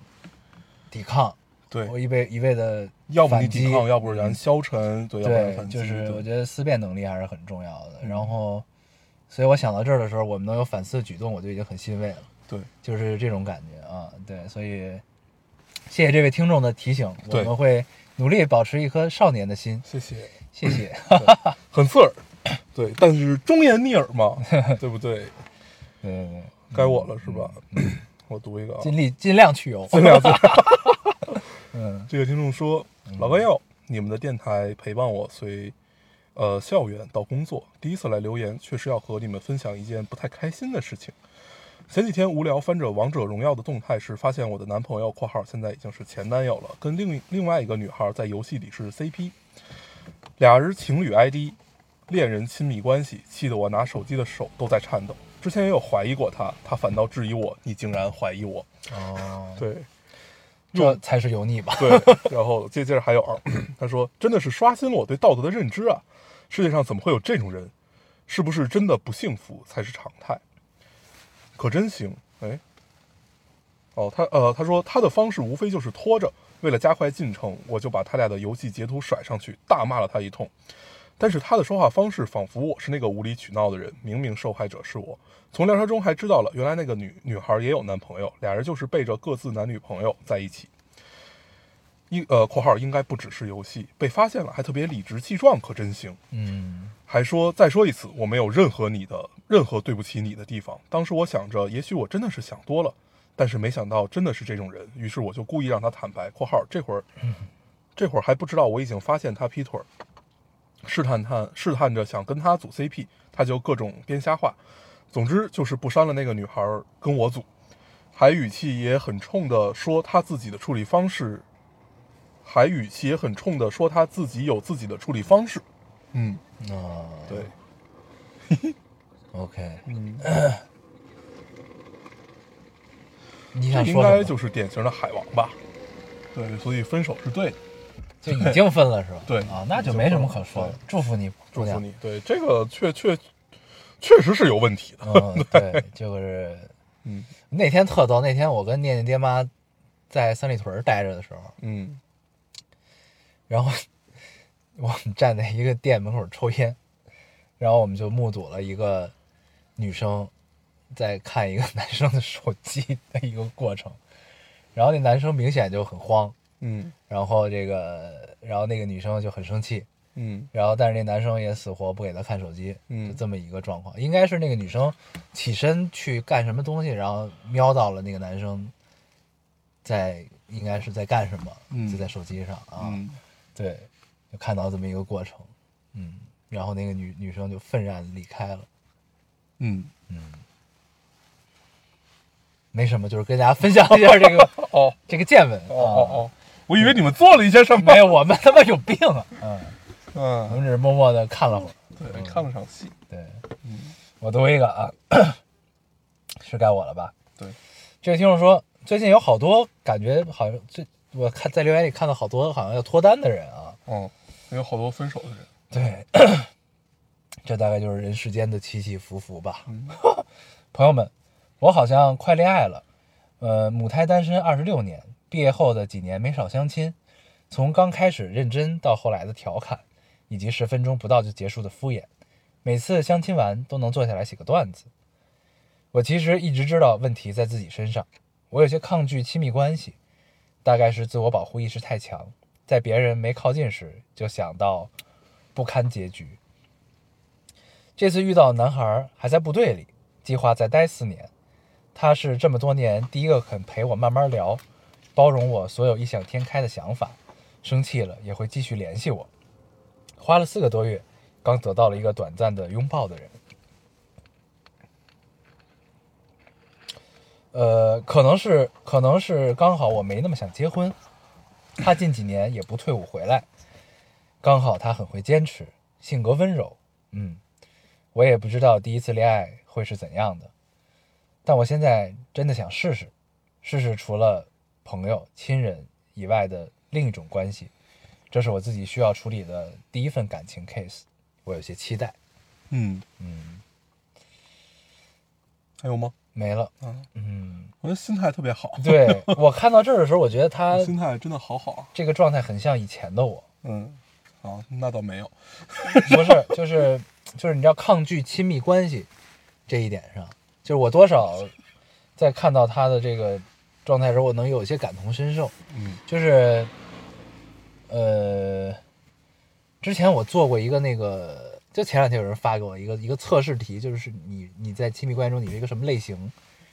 [SPEAKER 1] 抵抗，
[SPEAKER 2] 对，
[SPEAKER 1] 或一味一味的
[SPEAKER 2] 要不你抵
[SPEAKER 1] 反
[SPEAKER 2] 抗，
[SPEAKER 1] 击
[SPEAKER 2] 要不然消沉，对，要不然
[SPEAKER 1] 对，
[SPEAKER 2] 反击。
[SPEAKER 1] 就是我
[SPEAKER 2] 嗯对嗯
[SPEAKER 1] 觉得思辨能力还是很重要的。然后，所以我想到这儿的时候，我们能有反思的举动，我就已经很欣慰了，
[SPEAKER 2] 对，
[SPEAKER 1] 就是这种感觉啊。对，所以谢谢这位听众的提醒，我
[SPEAKER 2] 对
[SPEAKER 1] 们会努力保持一颗少年的心，
[SPEAKER 2] 谢谢，
[SPEAKER 1] 谢
[SPEAKER 2] *clears throat*
[SPEAKER 1] 谢。
[SPEAKER 2] 很刺耳，对，但是忠言逆耳嘛， *laughs* 对不对？
[SPEAKER 1] 对对对，
[SPEAKER 2] 该我了是吧？ *coughs* 我读一个啊，
[SPEAKER 1] 尽力尽量去油。
[SPEAKER 2] 尽量尽量。
[SPEAKER 1] *laughs* 嗯
[SPEAKER 2] 这个听众说：“老高要，你们的电台陪伴我随，呃，校园到工作，第一次来留言，确实要和你们分享一件不太开心的事情。前几天无聊翻着《王者荣耀》的动态时，发现我的男朋友（括号现在已经是前男友了）跟另另外一个女孩在游戏里是 CP，俩人情侣 ID，恋人亲密关系，气得我拿手机的手都在颤抖。之前也有怀疑过他，他反倒质疑我：你竟然怀疑我？
[SPEAKER 1] 哦，
[SPEAKER 2] 对。”
[SPEAKER 1] 这才是油腻吧？
[SPEAKER 2] 对，然后接接着还有啊，他说真的是刷新了我对道德的认知啊！世界上怎么会有这种人？是不是真的不幸福才是常态？可真行，哎，哦，他呃，他说他的方式无非就是拖着，为了加快进程，我就把他俩的游戏截图甩上去，大骂了他一通。但是他的说话方式仿佛我是那个无理取闹的人，明明受害者是我。从聊天中还知道了，原来那个女女孩也有男朋友，俩人就是背着各自男女朋友在一起。应呃（括号应该不只是游戏）被发现了，还特别理直气壮，可真行。
[SPEAKER 1] 嗯
[SPEAKER 2] 还说再说一次，我没有任何你的任何对不起你的地方。当时我想着，也许我真的是想多了，但是没想到真的是这种人，于是我就故意让他坦白。（括号这会儿，这会儿还不知道我已经发现他劈腿儿，试探他试探着想跟他组 CP，他就各种编瞎话。总之就是不删了那个女孩儿跟我组，还语气也很冲的说他自己的处理方式，还语气也很冲的说他自己有自己的处理方式。嗯，
[SPEAKER 1] 啊
[SPEAKER 2] 对。
[SPEAKER 1] ，OK，
[SPEAKER 2] 嗯，
[SPEAKER 1] 你
[SPEAKER 2] 这
[SPEAKER 1] 想
[SPEAKER 2] 应
[SPEAKER 1] 说什
[SPEAKER 2] 该
[SPEAKER 1] 么
[SPEAKER 2] 就是典型的海王吧？对，所以分手是对的，
[SPEAKER 1] 就已经分了是吧？
[SPEAKER 2] 对
[SPEAKER 1] 啊，那就没什么可说的
[SPEAKER 2] 对，
[SPEAKER 1] 祝福你，姑
[SPEAKER 2] 祝福
[SPEAKER 1] 娘。
[SPEAKER 2] 你。对，这个确确确实是有问题的。 *laughs*
[SPEAKER 1] 嗯，对，就是
[SPEAKER 2] 嗯
[SPEAKER 1] 那天特逗，那天我跟念念爹妈在三里屯儿待着的时候，
[SPEAKER 2] 嗯
[SPEAKER 1] 然后 *laughs* 我们站在一个店门口抽烟，然后我们就目睹了一个女生在看一个男生的手机的一个过程，然后那男生明显就很慌，
[SPEAKER 2] 嗯
[SPEAKER 1] 然后这个，然后那个女生就很生气，
[SPEAKER 2] 嗯
[SPEAKER 1] 然后但是那男生也死活不给她看手机，
[SPEAKER 2] 嗯
[SPEAKER 1] 就这么一个状况。应该是那个女生起身去干什么东西，然后瞄到了那个男生在应该是在干什么，
[SPEAKER 2] 嗯
[SPEAKER 1] 就在手机上啊，
[SPEAKER 2] 嗯，
[SPEAKER 1] 对，就看到这么一个过程，嗯，然后那个女女生就愤然离开了。
[SPEAKER 2] *laughs* 嗯，
[SPEAKER 1] 没什么，就是跟大家分享一下这个
[SPEAKER 2] *laughs* 哦
[SPEAKER 1] 这个见闻
[SPEAKER 2] 哦哦
[SPEAKER 1] 啊。
[SPEAKER 2] 哦，我以为你们做了一些什么。
[SPEAKER 1] 没有，我们他妈有病啊！嗯，我
[SPEAKER 2] 嗯，
[SPEAKER 1] 们只是默默的看了会儿。
[SPEAKER 2] 对，看了场戏。
[SPEAKER 1] 对，嗯我读一个啊， *coughs* 是该我了吧？
[SPEAKER 2] 对，
[SPEAKER 1] 这位听众说，最近有好多感觉好像这，我看在留言里看到好多好像要脱单的人啊。
[SPEAKER 2] 嗯，有好多分手的人。
[SPEAKER 1] 对， *clears throat* 这大概就是人世间的起起伏伏吧。
[SPEAKER 2] 嗯
[SPEAKER 1] *laughs* 朋友们，我好像快恋爱了。呃，母胎单身二十六年，毕业后的几年没少相亲，从刚开始认真到后来的调侃，以及十分钟不到就结束的敷衍，每次相亲完都能坐下来写个段子。我其实一直知道问题在自己身上，我有些抗拒亲密关系，大概是自我保护意识太强，在别人没靠近时就想到不堪结局。这次遇到男孩还在部队里，计划再待四年。他是这么多年第一个肯陪我慢慢聊，包容我所有异想天开的想法，生气了也会继续联系我。花了四个多月，刚得到了一个短暂的拥抱的人。呃，可能是可能是刚好我没那么想结婚，他近几年也不退伍回来，刚好他很会坚持，性格温柔，嗯，我也不知道第一次恋爱会是怎样的，但我现在真的想试试，试试除了朋友、亲人以外的另一种关系，这是我自己需要处理的第一份感情 case，我有些期待。
[SPEAKER 2] 嗯嗯，还有吗？
[SPEAKER 1] 没了，
[SPEAKER 2] 嗯
[SPEAKER 1] 嗯，
[SPEAKER 2] 我觉得心态特别好，
[SPEAKER 1] 对我看到这儿的时候，我觉得他
[SPEAKER 2] 心态真的好好啊。
[SPEAKER 1] 这个状态很像以前的我，
[SPEAKER 2] 嗯，啊，那倒没有。
[SPEAKER 1] *laughs* 不是，就是就是你知道抗拒亲密关系这一点上，就是我多少在看到他的这个状态时候，我能有一些感同身受。
[SPEAKER 2] 嗯
[SPEAKER 1] 就是呃，之前我做过一个那个，就前两天有人发给我一个一个测试题，就是你你在亲密关系中你是一个什么类型，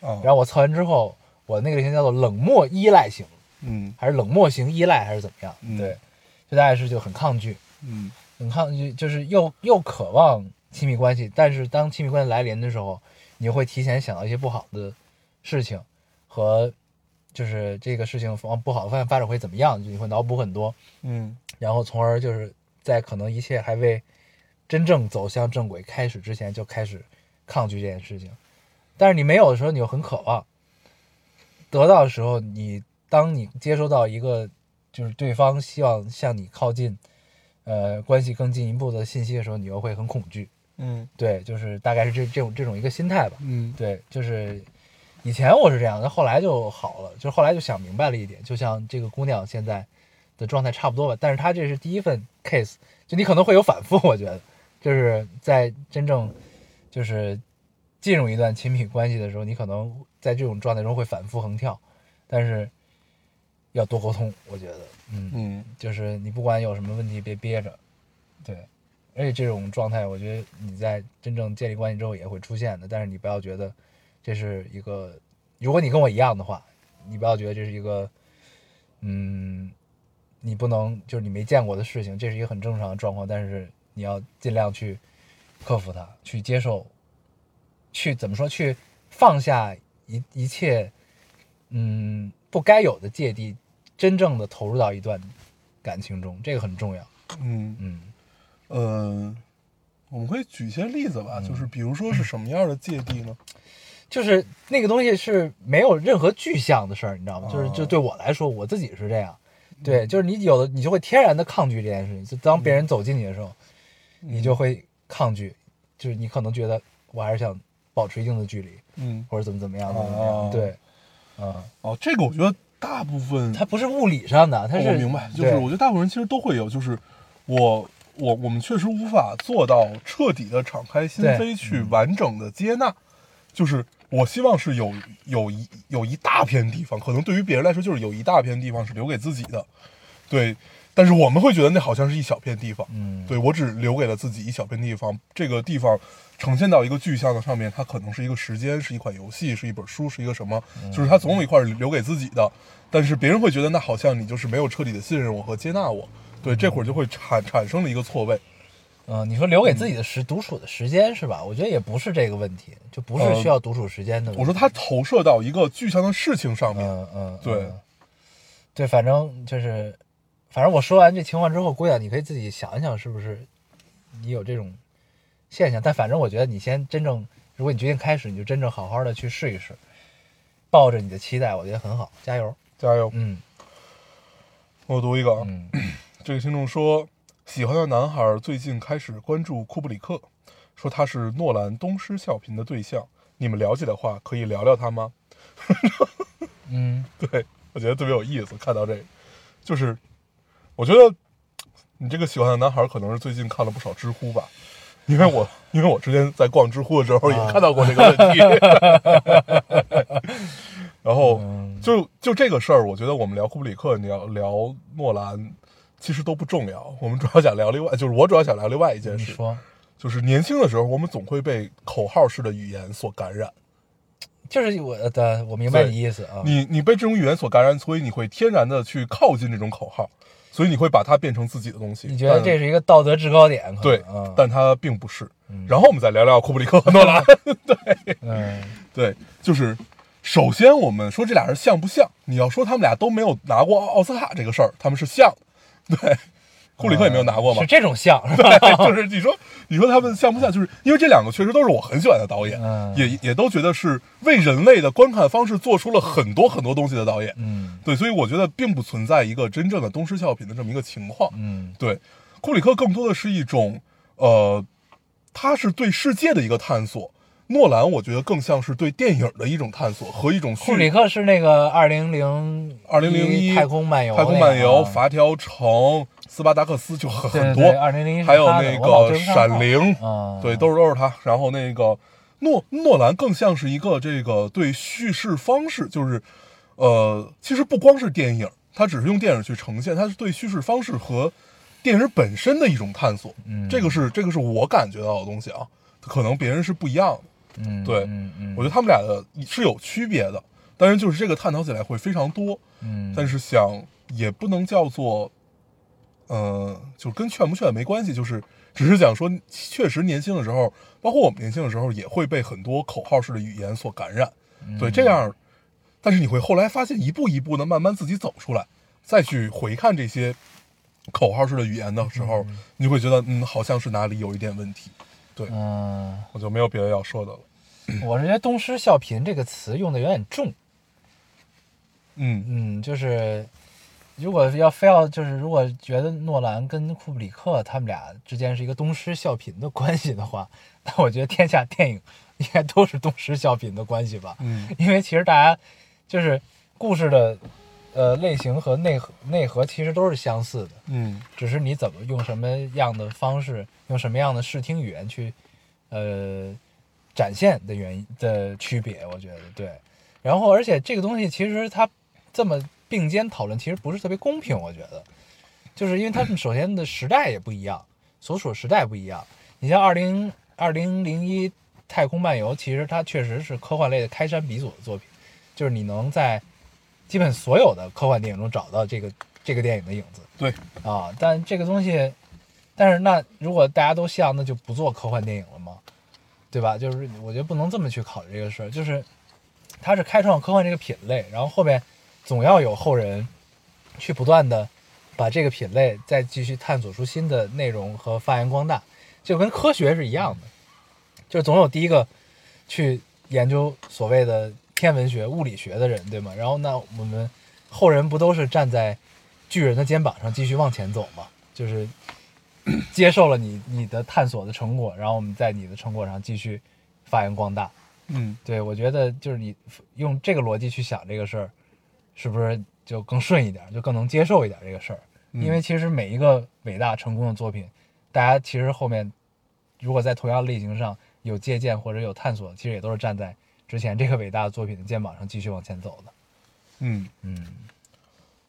[SPEAKER 2] 啊，
[SPEAKER 1] 然后我测完之后，我那个类型叫做冷漠依赖型，
[SPEAKER 2] 嗯
[SPEAKER 1] 还是冷漠型依赖，还是怎么样？
[SPEAKER 2] 嗯
[SPEAKER 1] 对，就大概是就很抗拒。
[SPEAKER 2] 嗯
[SPEAKER 1] 很抗拒，就是又又渴望亲密关系，但是当亲密关系来临的时候，你会提前想到一些不好的事情和就是这个事情往不好的方向发展会怎么样，就你会脑补很多，
[SPEAKER 2] 嗯
[SPEAKER 1] 然后从而就是在可能一切还未真正走向正轨开始之前，就开始抗拒这件事情。但是你没有的时候，你又很渴望得到的时候，你当你接收到一个就是对方希望向你靠近，呃，关系更进一步的信息的时候，你又会很恐惧。
[SPEAKER 2] 嗯
[SPEAKER 1] 对，就是大概是这这种这种一个心态吧。
[SPEAKER 2] 嗯
[SPEAKER 1] 对，就是以前我是这样，但后来就好了，就后来就想明白了一点，就像这个姑娘现在的状态差不多吧，但是她这是第一份 case，就你可能会有反复，我觉得，就是在真正就是进入一段亲密关系的时候，你可能在这种状态中会反复横跳，但是要多沟通，我觉得，嗯
[SPEAKER 2] 嗯
[SPEAKER 1] 就是你不管有什么问题，别憋着，对。而且这种状态，我觉得你在真正建立关系之后也会出现的，但是你不要觉得这是一个，如果你跟我一样的话，你不要觉得这是一个，嗯，你不能就是你没见过的事情，这是一个很正常的状况，但是你要尽量去克服它，去接受，去怎么说，去放下一一切，嗯，不该有的芥蒂，真正的投入到一段感情中，这个很重要。
[SPEAKER 2] 嗯。
[SPEAKER 1] 嗯
[SPEAKER 2] 呃，我们可以举一些例子吧，
[SPEAKER 1] 嗯
[SPEAKER 2] 就是比如说是什么样的芥蒂呢？
[SPEAKER 1] 就是那个东西是没有任何具象的事儿，你知道吗？就是
[SPEAKER 2] 哦嗯
[SPEAKER 1] 就对我来说，我自己是这样，对，就是你有的你就会天然的抗拒这件事情，就当别人走近你的时候，
[SPEAKER 2] 嗯
[SPEAKER 1] 你就会抗拒，就是你可能觉得我还是想保持一定的距离，
[SPEAKER 2] 嗯，
[SPEAKER 1] 或者怎么怎么样怎么怎么样，
[SPEAKER 2] 哦
[SPEAKER 1] 对，嗯，
[SPEAKER 2] 哦，这个我觉得大部分
[SPEAKER 1] 它不是物理上的，它
[SPEAKER 2] 哦
[SPEAKER 1] 是、
[SPEAKER 2] 我明白，就是
[SPEAKER 1] 对
[SPEAKER 2] 我觉得大部分人其实都会有，就是我我我们确实无法做到彻底的敞开心
[SPEAKER 1] 对
[SPEAKER 2] 扉去完整的接纳，就是我希望是有有一有一大片地方，可能对于别人来说就是有一大片地方是留给自己的，对，但是我们会觉得那好像是一小片地方，
[SPEAKER 1] 嗯，
[SPEAKER 2] 对我只留给了自己一小片地方，这个地方呈现到一个具象的上面，它可能是一个时间，是一款游戏，是一本书，是一个什么，
[SPEAKER 1] 嗯
[SPEAKER 2] 就是它总有一块留给自己的。但是别人会觉得，那好像你就是没有彻底的信任我和接纳我，对，这会儿就会产产生了一个错位，
[SPEAKER 1] 嗯，你说留给自己的时、独处的时间是吧？我觉得也不是这个问题，就不是
[SPEAKER 2] 呃
[SPEAKER 1] 需要独处时间的问题。
[SPEAKER 2] 我说它投射到一个具象的事情上面，
[SPEAKER 1] 嗯嗯，
[SPEAKER 2] 对
[SPEAKER 1] 嗯对，反正就是，反正我说完这情况之后，姑娘，你可以自己想一想，是不是你有这种现象？但反正我觉得你先真正，如果你决定开始，你就真正好好的去试一试，抱着你的期待，我觉得很好，加油。
[SPEAKER 2] 加油！
[SPEAKER 1] 嗯
[SPEAKER 2] 我读一个啊，
[SPEAKER 1] 嗯
[SPEAKER 2] 这个听众说，喜欢的男孩最近开始关注库布里克，说他是诺兰东施效颦的对象。你们了解的话，可以聊聊他吗？
[SPEAKER 1] 嗯，
[SPEAKER 2] 对，我觉得特别有意思。看到这个，就是我觉得你这个喜欢的男孩可能是最近看了不少知乎吧，因为我因为我之前在逛知乎的时候也
[SPEAKER 1] 啊
[SPEAKER 2] 看到过这个问题。 *laughs* 然后
[SPEAKER 1] 嗯
[SPEAKER 2] 就就这个事儿，我觉得我们聊库布里克，你要聊诺兰，其实都不重要。我们主要想聊另外，就是我主要想聊另外一件
[SPEAKER 1] 你
[SPEAKER 2] 事，
[SPEAKER 1] 说，
[SPEAKER 2] 就是年轻的时候，我们总会被口号式的语言所感染。
[SPEAKER 1] 就是我的，我明白
[SPEAKER 2] 对
[SPEAKER 1] 你意思啊。
[SPEAKER 2] 你你被这种语言所感染，所以你会天然的去靠近这种口号，所以你会把它变成自己的东西。
[SPEAKER 1] 你觉得
[SPEAKER 2] 但
[SPEAKER 1] 这是一个道德制高点？可能
[SPEAKER 2] 对
[SPEAKER 1] 嗯，
[SPEAKER 2] 但它并不是。
[SPEAKER 1] 嗯
[SPEAKER 2] 然后我们再聊聊库布里克和
[SPEAKER 1] *laughs*
[SPEAKER 2] 诺兰。
[SPEAKER 1] 嗯
[SPEAKER 2] 对，就是首先我们说这俩人像不像？你要说他们俩都没有拿过奥斯卡这个事儿，他们是像的。对，库布里克也没有拿过嘛
[SPEAKER 1] 啊呃是。这种像，是吧？
[SPEAKER 2] 对，就是你说你说他们像不像？就是因为这两个确实都是我很喜欢的导演，
[SPEAKER 1] 嗯
[SPEAKER 2] 也也都觉得是为人类的观看方式做出了很多很多东西的导演。
[SPEAKER 1] 嗯
[SPEAKER 2] 对，所以我觉得并不存在一个真正的东施效颦的这么一个情况。
[SPEAKER 1] 嗯
[SPEAKER 2] 对，库里克更多的是一种，呃，他是对世界的一个探索。诺兰我觉得更像是对电影的一种探索和一种
[SPEAKER 1] 库里
[SPEAKER 2] 叙。
[SPEAKER 1] 克是那个二零零
[SPEAKER 2] 二零零一
[SPEAKER 1] 太空漫游那
[SPEAKER 2] 太
[SPEAKER 1] 个啊，
[SPEAKER 2] 空漫游、法条城、斯巴达克斯就很很多，
[SPEAKER 1] 二零零一
[SPEAKER 2] 还有那个闪灵，
[SPEAKER 1] 啊，
[SPEAKER 2] 对，都是都是他。然后那个诺诺兰更像是一个这个对叙事方式，就是呃，其实不光是电影，他只是用电影去呈现，他是对叙事方式和电影本身的一种探索。
[SPEAKER 1] 嗯
[SPEAKER 2] 这个是这个是我感觉到的东西啊，可能别人是不一样的。
[SPEAKER 1] 嗯
[SPEAKER 2] 对
[SPEAKER 1] 嗯嗯，
[SPEAKER 2] 我觉得他们俩的是有区别的，但是就是这个探讨起来会非常多，
[SPEAKER 1] 嗯，
[SPEAKER 2] 但是想也不能叫做。呃，就跟劝不劝没关系，就是只是讲说，确实年轻的时候，包括我们年轻的时候，也会被很多口号式的语言所感染。
[SPEAKER 1] 嗯
[SPEAKER 2] 对，这样，但是你会后来发现，一步一步的慢慢自己走出来，再去回看这些口号式的语言的时候，你就会觉得，嗯，好像是哪里有一点问题。
[SPEAKER 1] 嗯，
[SPEAKER 2] 我就没有别的要说的了。
[SPEAKER 1] 我是觉得“东施效颦”这个词用的有点重，
[SPEAKER 2] 嗯
[SPEAKER 1] 嗯，就是如果要非要就是如果觉得诺兰跟库布里克他们俩之间是一个东施效颦的关系的话，那我觉得天下电影应该都是东施效颦的关系吧，
[SPEAKER 2] 嗯
[SPEAKER 1] 因为其实大家就是故事的呃类型和内核内核其实都是相似的，
[SPEAKER 2] 嗯
[SPEAKER 1] 只是你怎么用什么样的方式，用什么样的视听语言去，呃，展现的原因的区别，我觉得对。然后，而且这个东西其实它这么并肩讨论，其实不是特别公平，我觉得，就是因为他们首先的时代也不一样，所处时代不一样。你像二零二零零一《太空漫游》，其实它确实是科幻类的开山鼻祖的作品，就是你能在基本所有的科幻电影中找到这个这个电影的影子。
[SPEAKER 2] 对
[SPEAKER 1] 啊，但这个东西，但是那如果大家都像，那就不做科幻电影了吗？对吧？就是我觉得不能这么去考虑这个事儿，就是它是开创科幻这个品类，然后后面总要有后人去不断的把这个品类再继续探索出新的内容和发扬光大，就跟科学是一样的，就是总有第一个去研究所谓的天文学、物理学的人，对吗？然后那我们后人不都是站在巨人的肩膀上继续往前走嘛，就是接受了你你的探索的成果，然后我们在你的成果上继续发扬光大。
[SPEAKER 2] 嗯，
[SPEAKER 1] 对，我觉得就是你用这个逻辑去想这个事儿，是不是就更顺一点，就更能接受一点这个事儿？因为其实每一个伟大成功的作品，大家其实后面如果在同样类型上有借鉴或者有探索，其实也都是站在之前这个伟大的作品的肩膀上继续往前走的。
[SPEAKER 2] 嗯
[SPEAKER 1] 嗯，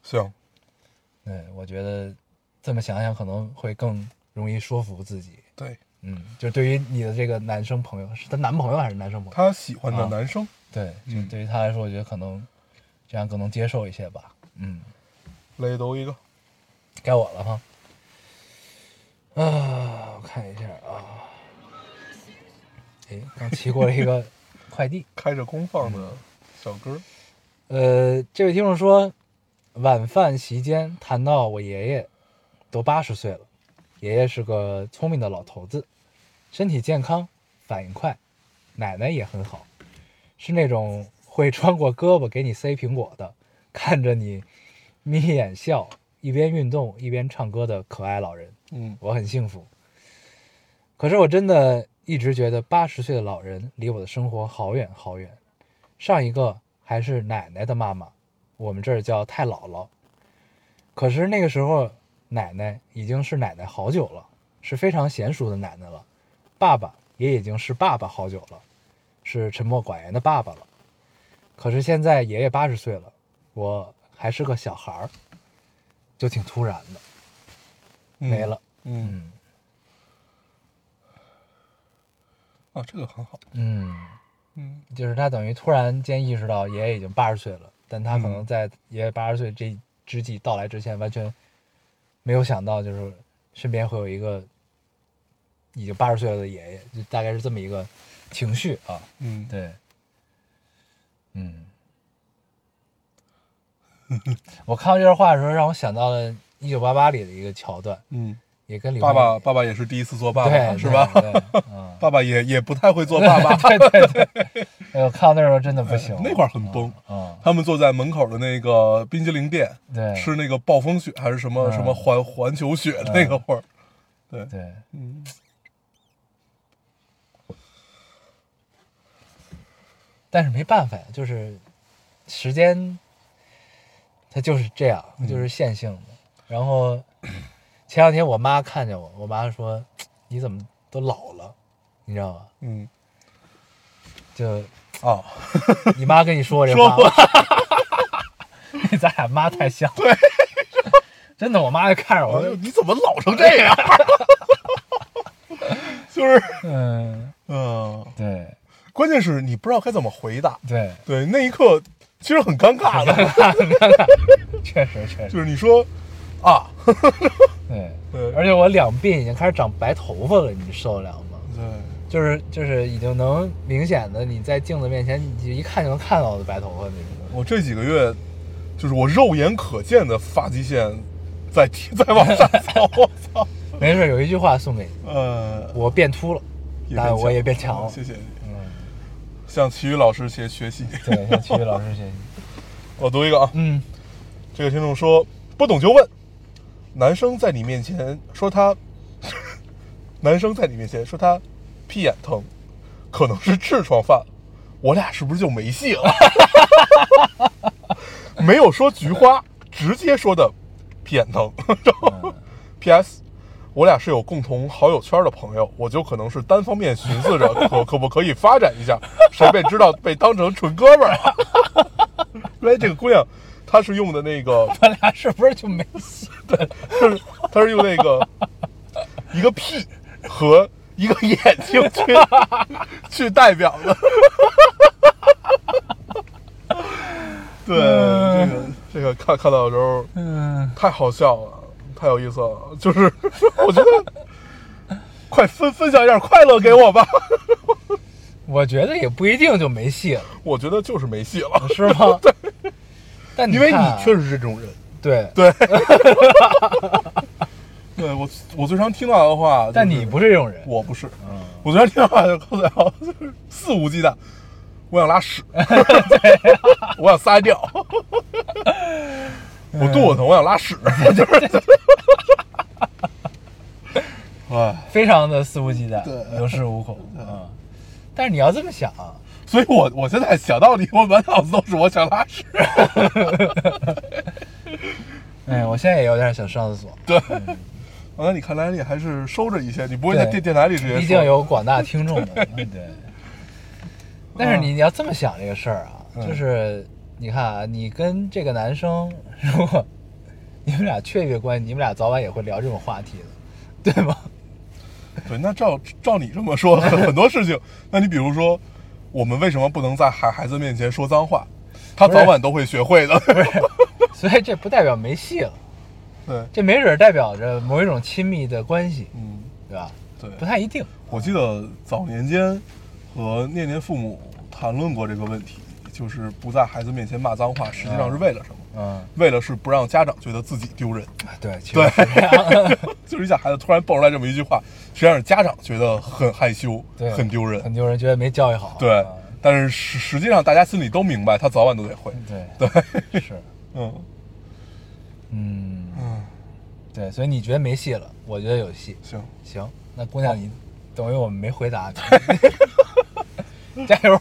[SPEAKER 2] 行，
[SPEAKER 1] 对，我觉得这么想想可能会更容易说服自己。
[SPEAKER 2] 对
[SPEAKER 1] 嗯，就对于你的这个男生朋友，是他男朋友还是男生朋友？
[SPEAKER 2] 他喜欢的
[SPEAKER 1] 啊
[SPEAKER 2] 男生
[SPEAKER 1] 对，就
[SPEAKER 2] 嗯
[SPEAKER 1] 对于他来说，我觉得可能这样更能接受一些吧。嗯，
[SPEAKER 2] 雷都一个，
[SPEAKER 1] 该我了哈。啊，我看一下啊。哎，刚骑过了一个快递。
[SPEAKER 2] 开着功放的小歌，
[SPEAKER 1] 呃，这位听众说，晚饭席间谈到我爷爷，都八十岁了，爷爷是个聪明的老头子，身体健康，反应快，奶奶也很好，是那种会穿过胳膊给你塞苹果的，看着你眯眼笑，一边运动一边唱歌的可爱老人。
[SPEAKER 2] 嗯
[SPEAKER 1] 我很幸福。可是我真的一直觉得八十岁的老人离我的生活好远好远。上一个还是奶奶的妈妈，我们这儿叫太姥姥。可是那个时候，奶奶已经是奶奶好久了，是非常娴熟的奶奶了。爸爸也已经是爸爸好久了，是沉默寡言的爸爸了。可是现在爷爷八十岁了，我还是个小孩儿，就挺突然的，
[SPEAKER 2] 嗯
[SPEAKER 1] 没了。
[SPEAKER 2] 嗯
[SPEAKER 1] 嗯
[SPEAKER 2] 啊，这个很好，
[SPEAKER 1] 嗯，
[SPEAKER 2] 嗯
[SPEAKER 1] 就是他等于突然间意识到爷爷已经八十岁了，但他可
[SPEAKER 2] 嗯
[SPEAKER 1] 能在爷爷八十岁这之际到来之前，完全没有想到，就是身边会有一个已经八十岁了的爷爷，就大概是这么一个情绪啊。
[SPEAKER 2] 嗯，
[SPEAKER 1] 对，嗯，我看到这段话的时候，让我想到了《一九八八》里的一个桥段，
[SPEAKER 2] 嗯，
[SPEAKER 1] 也跟李
[SPEAKER 2] 爸
[SPEAKER 1] 焕
[SPEAKER 2] 爸
[SPEAKER 1] 英
[SPEAKER 2] 爸爸也是第一次做爸爸
[SPEAKER 1] 对
[SPEAKER 2] 是吧？？
[SPEAKER 1] 对对嗯，
[SPEAKER 2] *laughs* 爸爸也也不太会做爸 *laughs* 爸，
[SPEAKER 1] 对对对，哎呦，看到那时候真的不行，
[SPEAKER 2] 呃那块儿很崩。
[SPEAKER 1] 嗯，
[SPEAKER 2] 他们坐在门口的那个冰激凌店，
[SPEAKER 1] 对，
[SPEAKER 2] 吃那个暴风雪还是什么
[SPEAKER 1] 嗯
[SPEAKER 2] 什么环环球雪的那个会儿，
[SPEAKER 1] 对，
[SPEAKER 2] 嗯，
[SPEAKER 1] 但是没办法呀，就是时间，它就是这样，
[SPEAKER 2] 嗯
[SPEAKER 1] 就是线性的。然后前两天我妈看见我，我妈说：“你怎么都老了？”你知道吗？
[SPEAKER 2] 嗯
[SPEAKER 1] 就
[SPEAKER 2] 啊，
[SPEAKER 1] 你妈跟你说过这
[SPEAKER 2] 说
[SPEAKER 1] 话
[SPEAKER 2] 过
[SPEAKER 1] 吗？ *laughs* 咱俩妈太像了。真的，我妈就看着我
[SPEAKER 2] 哎呦，，你怎么老成这样？ *laughs* 就是，
[SPEAKER 1] 嗯，
[SPEAKER 2] 嗯，
[SPEAKER 1] 对
[SPEAKER 2] 关键是你不知道该怎么回答。
[SPEAKER 1] 对，
[SPEAKER 2] *laughs* 对，那一刻其实很尴尬的，
[SPEAKER 1] 确实确实
[SPEAKER 2] 就是你说啊， *laughs*
[SPEAKER 1] 对。
[SPEAKER 2] 对，
[SPEAKER 1] 而且我两鬓已经开始长白头发了，你受得了吗？
[SPEAKER 2] 对，
[SPEAKER 1] 就是就是已经能明显的你在镜子面前，你就一看就能看到我的白头发那种。
[SPEAKER 2] 我这几个月就是我肉眼可见的发际线在提在往下走，我操，
[SPEAKER 1] 没事，有一句话送给你：
[SPEAKER 2] 呃，
[SPEAKER 1] 我变秃了，
[SPEAKER 2] 变
[SPEAKER 1] 但我也变
[SPEAKER 2] 强
[SPEAKER 1] 强
[SPEAKER 2] 了
[SPEAKER 1] 了。
[SPEAKER 2] 谢谢你，
[SPEAKER 1] 嗯，
[SPEAKER 2] 向体育老师学学习。
[SPEAKER 1] 对，向体育老师学习。
[SPEAKER 2] 我读一个
[SPEAKER 1] *laughs*
[SPEAKER 2] 啊，
[SPEAKER 1] 嗯
[SPEAKER 2] 这个听众说不懂就问，男生在你面前说他， *laughs* 男生在你面前说他屁眼疼，可能是痔疮犯，我俩是不是就没戏了？ *laughs* 没有说菊花，直接说的屁眼疼。 *laughs* 然后 P.S. 我俩是有共同好友圈的朋友，我就可能是单方面寻思着 *laughs* 可可不可以发展一下，谁被知道被当成纯哥们儿了。 *laughs* 原来这个姑娘，她是用的那个
[SPEAKER 1] 咱俩是不是就没戏？
[SPEAKER 2] 就是他是用那
[SPEAKER 1] *laughs*
[SPEAKER 2] 个一个屁和一个眼睛去 *laughs* 去代表的。 *laughs* 对，这个这个看看到的时候
[SPEAKER 1] 嗯，
[SPEAKER 2] 太好笑了，太有意思了，就是 *laughs* 我觉得快分分享一点快乐给我
[SPEAKER 1] *laughs*
[SPEAKER 2] 吧，
[SPEAKER 1] 我觉得也不一定就没戏了，
[SPEAKER 2] *laughs* 我觉得就是没戏了，
[SPEAKER 1] 是吗？但
[SPEAKER 2] 因为你
[SPEAKER 1] 看啊
[SPEAKER 2] 确实是这种人。
[SPEAKER 1] 对，
[SPEAKER 2] 对，对我我最常听到的话就是，
[SPEAKER 1] 但你不是这种人。
[SPEAKER 2] 我不是，我昨天听到话就告诉我，就是肆无忌惮，
[SPEAKER 1] *laughs*
[SPEAKER 2] 我想拉屎，我想撒尿，我肚子疼，我想
[SPEAKER 1] *laughs*
[SPEAKER 2] 拉屎，就是， *laughs* 哎，
[SPEAKER 1] 非常的肆无忌惮
[SPEAKER 2] 对，
[SPEAKER 1] 有恃无恐啊。但是你要这么想，啊
[SPEAKER 2] 所以我我现在想到你，我满脑子都是我
[SPEAKER 1] *laughs*
[SPEAKER 2] 想拉屎，
[SPEAKER 1] 哎，我现在也有点想上厕所，
[SPEAKER 2] 对。完了，啊你看来你还是收着一些，你不会在
[SPEAKER 1] 对
[SPEAKER 2] 电电台里直接
[SPEAKER 1] 毕竟
[SPEAKER 2] 说
[SPEAKER 1] 有广大听众
[SPEAKER 2] *laughs*
[SPEAKER 1] 的，嗯对。但是你你要这么想这个事儿啊，
[SPEAKER 2] 嗯
[SPEAKER 1] 就是你看啊，你跟这个男生如果你们俩确越关系，你们俩早晚也会聊这种话题的，对吗？ *laughs*
[SPEAKER 2] 对，那照照你这么说，很多事情，那你比如说，我们为什么不能在孩孩子面前说脏话？他
[SPEAKER 1] 不是
[SPEAKER 2] 早晚都会学会的。
[SPEAKER 1] 所以这不代表没戏了，
[SPEAKER 2] 对，
[SPEAKER 1] 这没准儿代表着某一种亲密的关系，
[SPEAKER 2] 嗯，
[SPEAKER 1] 对吧？
[SPEAKER 2] 对。
[SPEAKER 1] 不太一定。
[SPEAKER 2] 我记得早年间和念念父母谈论过这个问题，就是不在孩子面前骂脏话，实际上是为了什么？
[SPEAKER 1] 嗯，
[SPEAKER 2] 为了是不让家长觉得自己丢人。 *laughs*
[SPEAKER 1] 对，其
[SPEAKER 2] 对
[SPEAKER 1] 实是这样
[SPEAKER 2] 就是一下孩子突然蹦出来这么一句话，实际上是家长觉得很害羞
[SPEAKER 1] 对，
[SPEAKER 2] 很丢人
[SPEAKER 1] 很。多人觉得没教育好。
[SPEAKER 2] 对
[SPEAKER 1] 啊，
[SPEAKER 2] 但是实实际上大家心里都明白，他早晚都得会。
[SPEAKER 1] 对
[SPEAKER 2] 对，
[SPEAKER 1] 对是，
[SPEAKER 2] 嗯
[SPEAKER 1] 嗯，
[SPEAKER 2] 嗯，
[SPEAKER 1] 对，所以你觉得没戏了，我觉得有戏。
[SPEAKER 2] 行。
[SPEAKER 1] 行，那姑娘你等于我们没回答你， *laughs* 加油，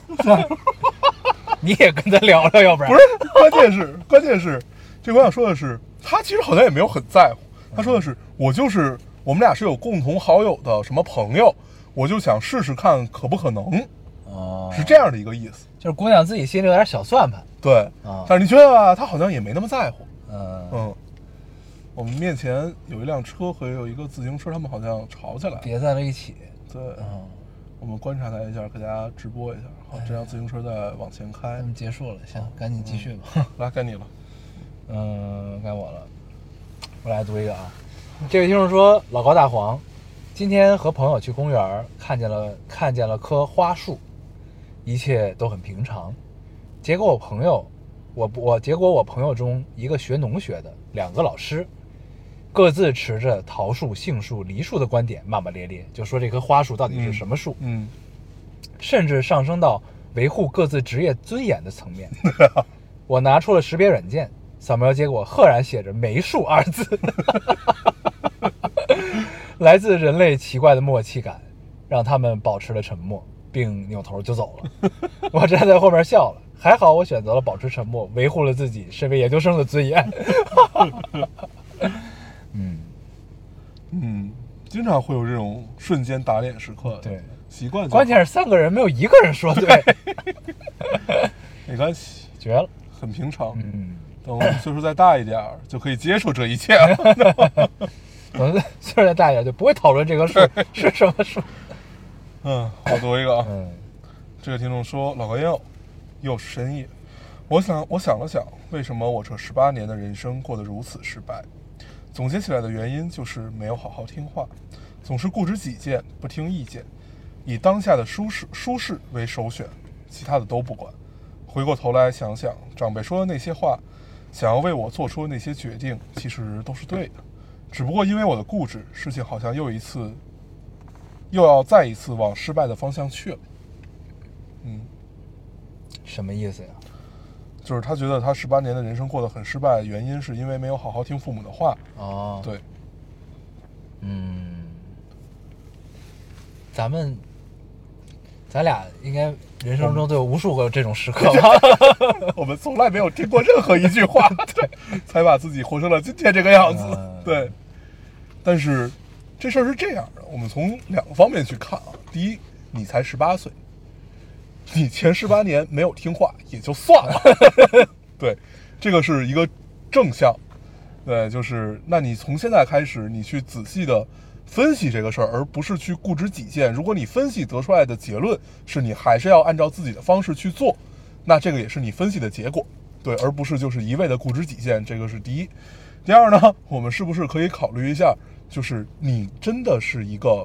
[SPEAKER 1] 你也跟他聊聊，要不然
[SPEAKER 2] 不是，关键是关键是，这我想说的是，他其实好像也没有很在乎。他说的是，我就是我们俩是有共同好友的什么朋友，我就想试试看可不可能，
[SPEAKER 1] 哦，
[SPEAKER 2] 是这样的一个意思。
[SPEAKER 1] 就是姑娘自己心里有点小算盘。
[SPEAKER 2] 对
[SPEAKER 1] 啊，
[SPEAKER 2] 但是你觉得吧，他好像也没那么在乎。
[SPEAKER 1] 嗯，
[SPEAKER 2] 嗯，我们面前有一辆车和有一个自行车，他们好像吵起来了。
[SPEAKER 1] 别在了一起。
[SPEAKER 2] 对，
[SPEAKER 1] 嗯，
[SPEAKER 2] 我们观察他一下，给大家直播一下。好，这辆自行车在往前
[SPEAKER 1] 那
[SPEAKER 2] 开
[SPEAKER 1] 么，结束了，行，赶紧嗯继续吧。
[SPEAKER 2] 来该你了。
[SPEAKER 1] 嗯，该我了，我来读一个啊。这位听众说，老高大黄，今天和朋友去公园儿，看见了看见了棵花树，一切都很平常。结果我朋友，我不我结果我朋友中一个学农学的，两个老师，各自持着桃树、杏树、梨树的观点骂骂咧咧，就说这棵花树到底是
[SPEAKER 2] 嗯
[SPEAKER 1] 什么树。
[SPEAKER 2] 嗯，
[SPEAKER 1] 甚至上升到维护各自职业尊严的层面。我拿出了识别软件，扫描结果赫然写着“梅树”二字，来自人类奇怪的默契感，让他们保持了沉默，并扭头就走了。我站在后面笑了，还好我选择了保持沉默，维护了自己身为研究生的尊严。嗯，
[SPEAKER 2] 嗯，经常会有这种瞬间打脸时刻的，
[SPEAKER 1] 对
[SPEAKER 2] 习惯就好
[SPEAKER 1] 关键是三个人没有一个人说对，
[SPEAKER 2] 没关系，
[SPEAKER 1] 绝了。
[SPEAKER 2] 很平常。
[SPEAKER 1] 嗯。
[SPEAKER 2] 等我们岁数再大一点儿，就可以接受这一
[SPEAKER 1] *laughs*
[SPEAKER 2] 切了。
[SPEAKER 1] 我们岁数再大一点就不会讨论这棵树
[SPEAKER 2] *laughs*
[SPEAKER 1] 是什么树。
[SPEAKER 2] 嗯，我读一个啊，
[SPEAKER 1] 嗯
[SPEAKER 2] 这个听众说：“老高又又是深夜，我想我想了想，为什么我这十八年的人生过得如此失败？总结起来的原因就是没有好好听话，总是固执己见，不听意见，以当下的舒适舒适为首选，其他的都不管。回过头来想想，长辈说的那些话，想要为我做出的那些决定，其实都是对的，只不过因为我的固执，事情好像又一次，又要再一次往失败的方向去了。”嗯，
[SPEAKER 1] 什么意思呀？
[SPEAKER 2] 就是他觉得他十八年的人生过得很失败，原因是因为没有好好听父母的话。
[SPEAKER 1] 哦，，
[SPEAKER 2] 对， *laughs*
[SPEAKER 1] 嗯，咱们咱俩应该人生中都有无数个这种时刻吧？
[SPEAKER 2] 我们从来没有听过任何一句话， *laughs* 对，才把自己活成了今天这个样子
[SPEAKER 1] 嗯。
[SPEAKER 2] 对，但是这事儿是这样的，我们从两个方面去看啊。第一，你才十八岁，你前十八年没有听话也就算了， *laughs* 对，这个是一个正向。对，就是那你从现在开始，你去仔细的分析这个事儿，而不是去固执己见。如果你分析得出来的结论是你还是要按照自己的方式去做，那这个也是你分析的结果，对，而不是就是一味的固执己见。这个是第一。第二呢，我们是不是可以考虑一下，就是你真的是一个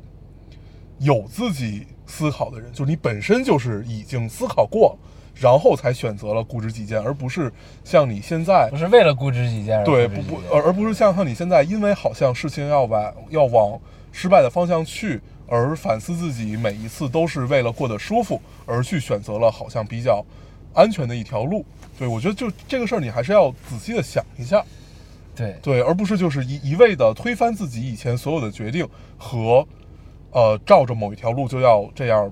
[SPEAKER 2] 有自己思考的人，就是你本身就是已经思考过，然后才选择了固执己见，而不是像你现在
[SPEAKER 1] 不是为了固执己见而
[SPEAKER 2] 对，
[SPEAKER 1] 固
[SPEAKER 2] 不
[SPEAKER 1] 执己
[SPEAKER 2] 不
[SPEAKER 1] 见，
[SPEAKER 2] 而而不是像像你现在，因为好像事情要往要往失败的方向去，而反思自己每一次都是为了过得舒服而去选择了好像比较安全的一条路。对，我觉得就这个事儿，你还是要仔细的想一下。
[SPEAKER 1] 对
[SPEAKER 2] 对，而不是就是一一味的推翻自己以前所有的决定和，呃，照着某一条路就要这样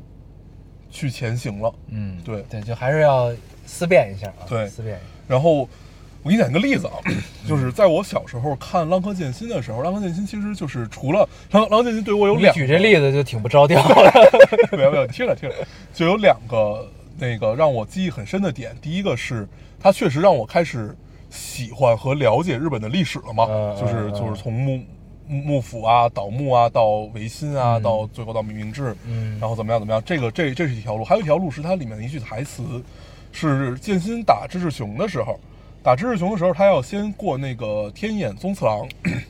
[SPEAKER 2] 去前行了。
[SPEAKER 1] 嗯，
[SPEAKER 2] 对
[SPEAKER 1] 对，就还是要思辨一下啊，
[SPEAKER 2] 对
[SPEAKER 1] 思辨一下。
[SPEAKER 2] 然后我给你讲一个例子啊，就是在我小时候看《浪客剑心》的时候，《浪客剑心》其实就是除了《浪浪客剑心》对我有
[SPEAKER 1] 你
[SPEAKER 2] 两
[SPEAKER 1] 举这例子就挺不着调的，
[SPEAKER 2] *laughs* 没有没有，听着听着，就有两个那个让我记忆很深的点。第一个是，它确实让我开始喜欢和了解日本的历史了嘛，
[SPEAKER 1] 嗯
[SPEAKER 2] 就是
[SPEAKER 1] 嗯
[SPEAKER 2] 就
[SPEAKER 1] 嗯
[SPEAKER 2] 是从幕幕府啊、倒幕啊，到维新啊，
[SPEAKER 1] 嗯
[SPEAKER 2] 到最后到明治，
[SPEAKER 1] 嗯
[SPEAKER 2] 然后怎么样怎么样，这个这这是一条路，还有一条路是它里面的一句台词，是剑心打志志雄的时候，打志志雄的时候，他要先过那个天眼宗次郎。 *coughs*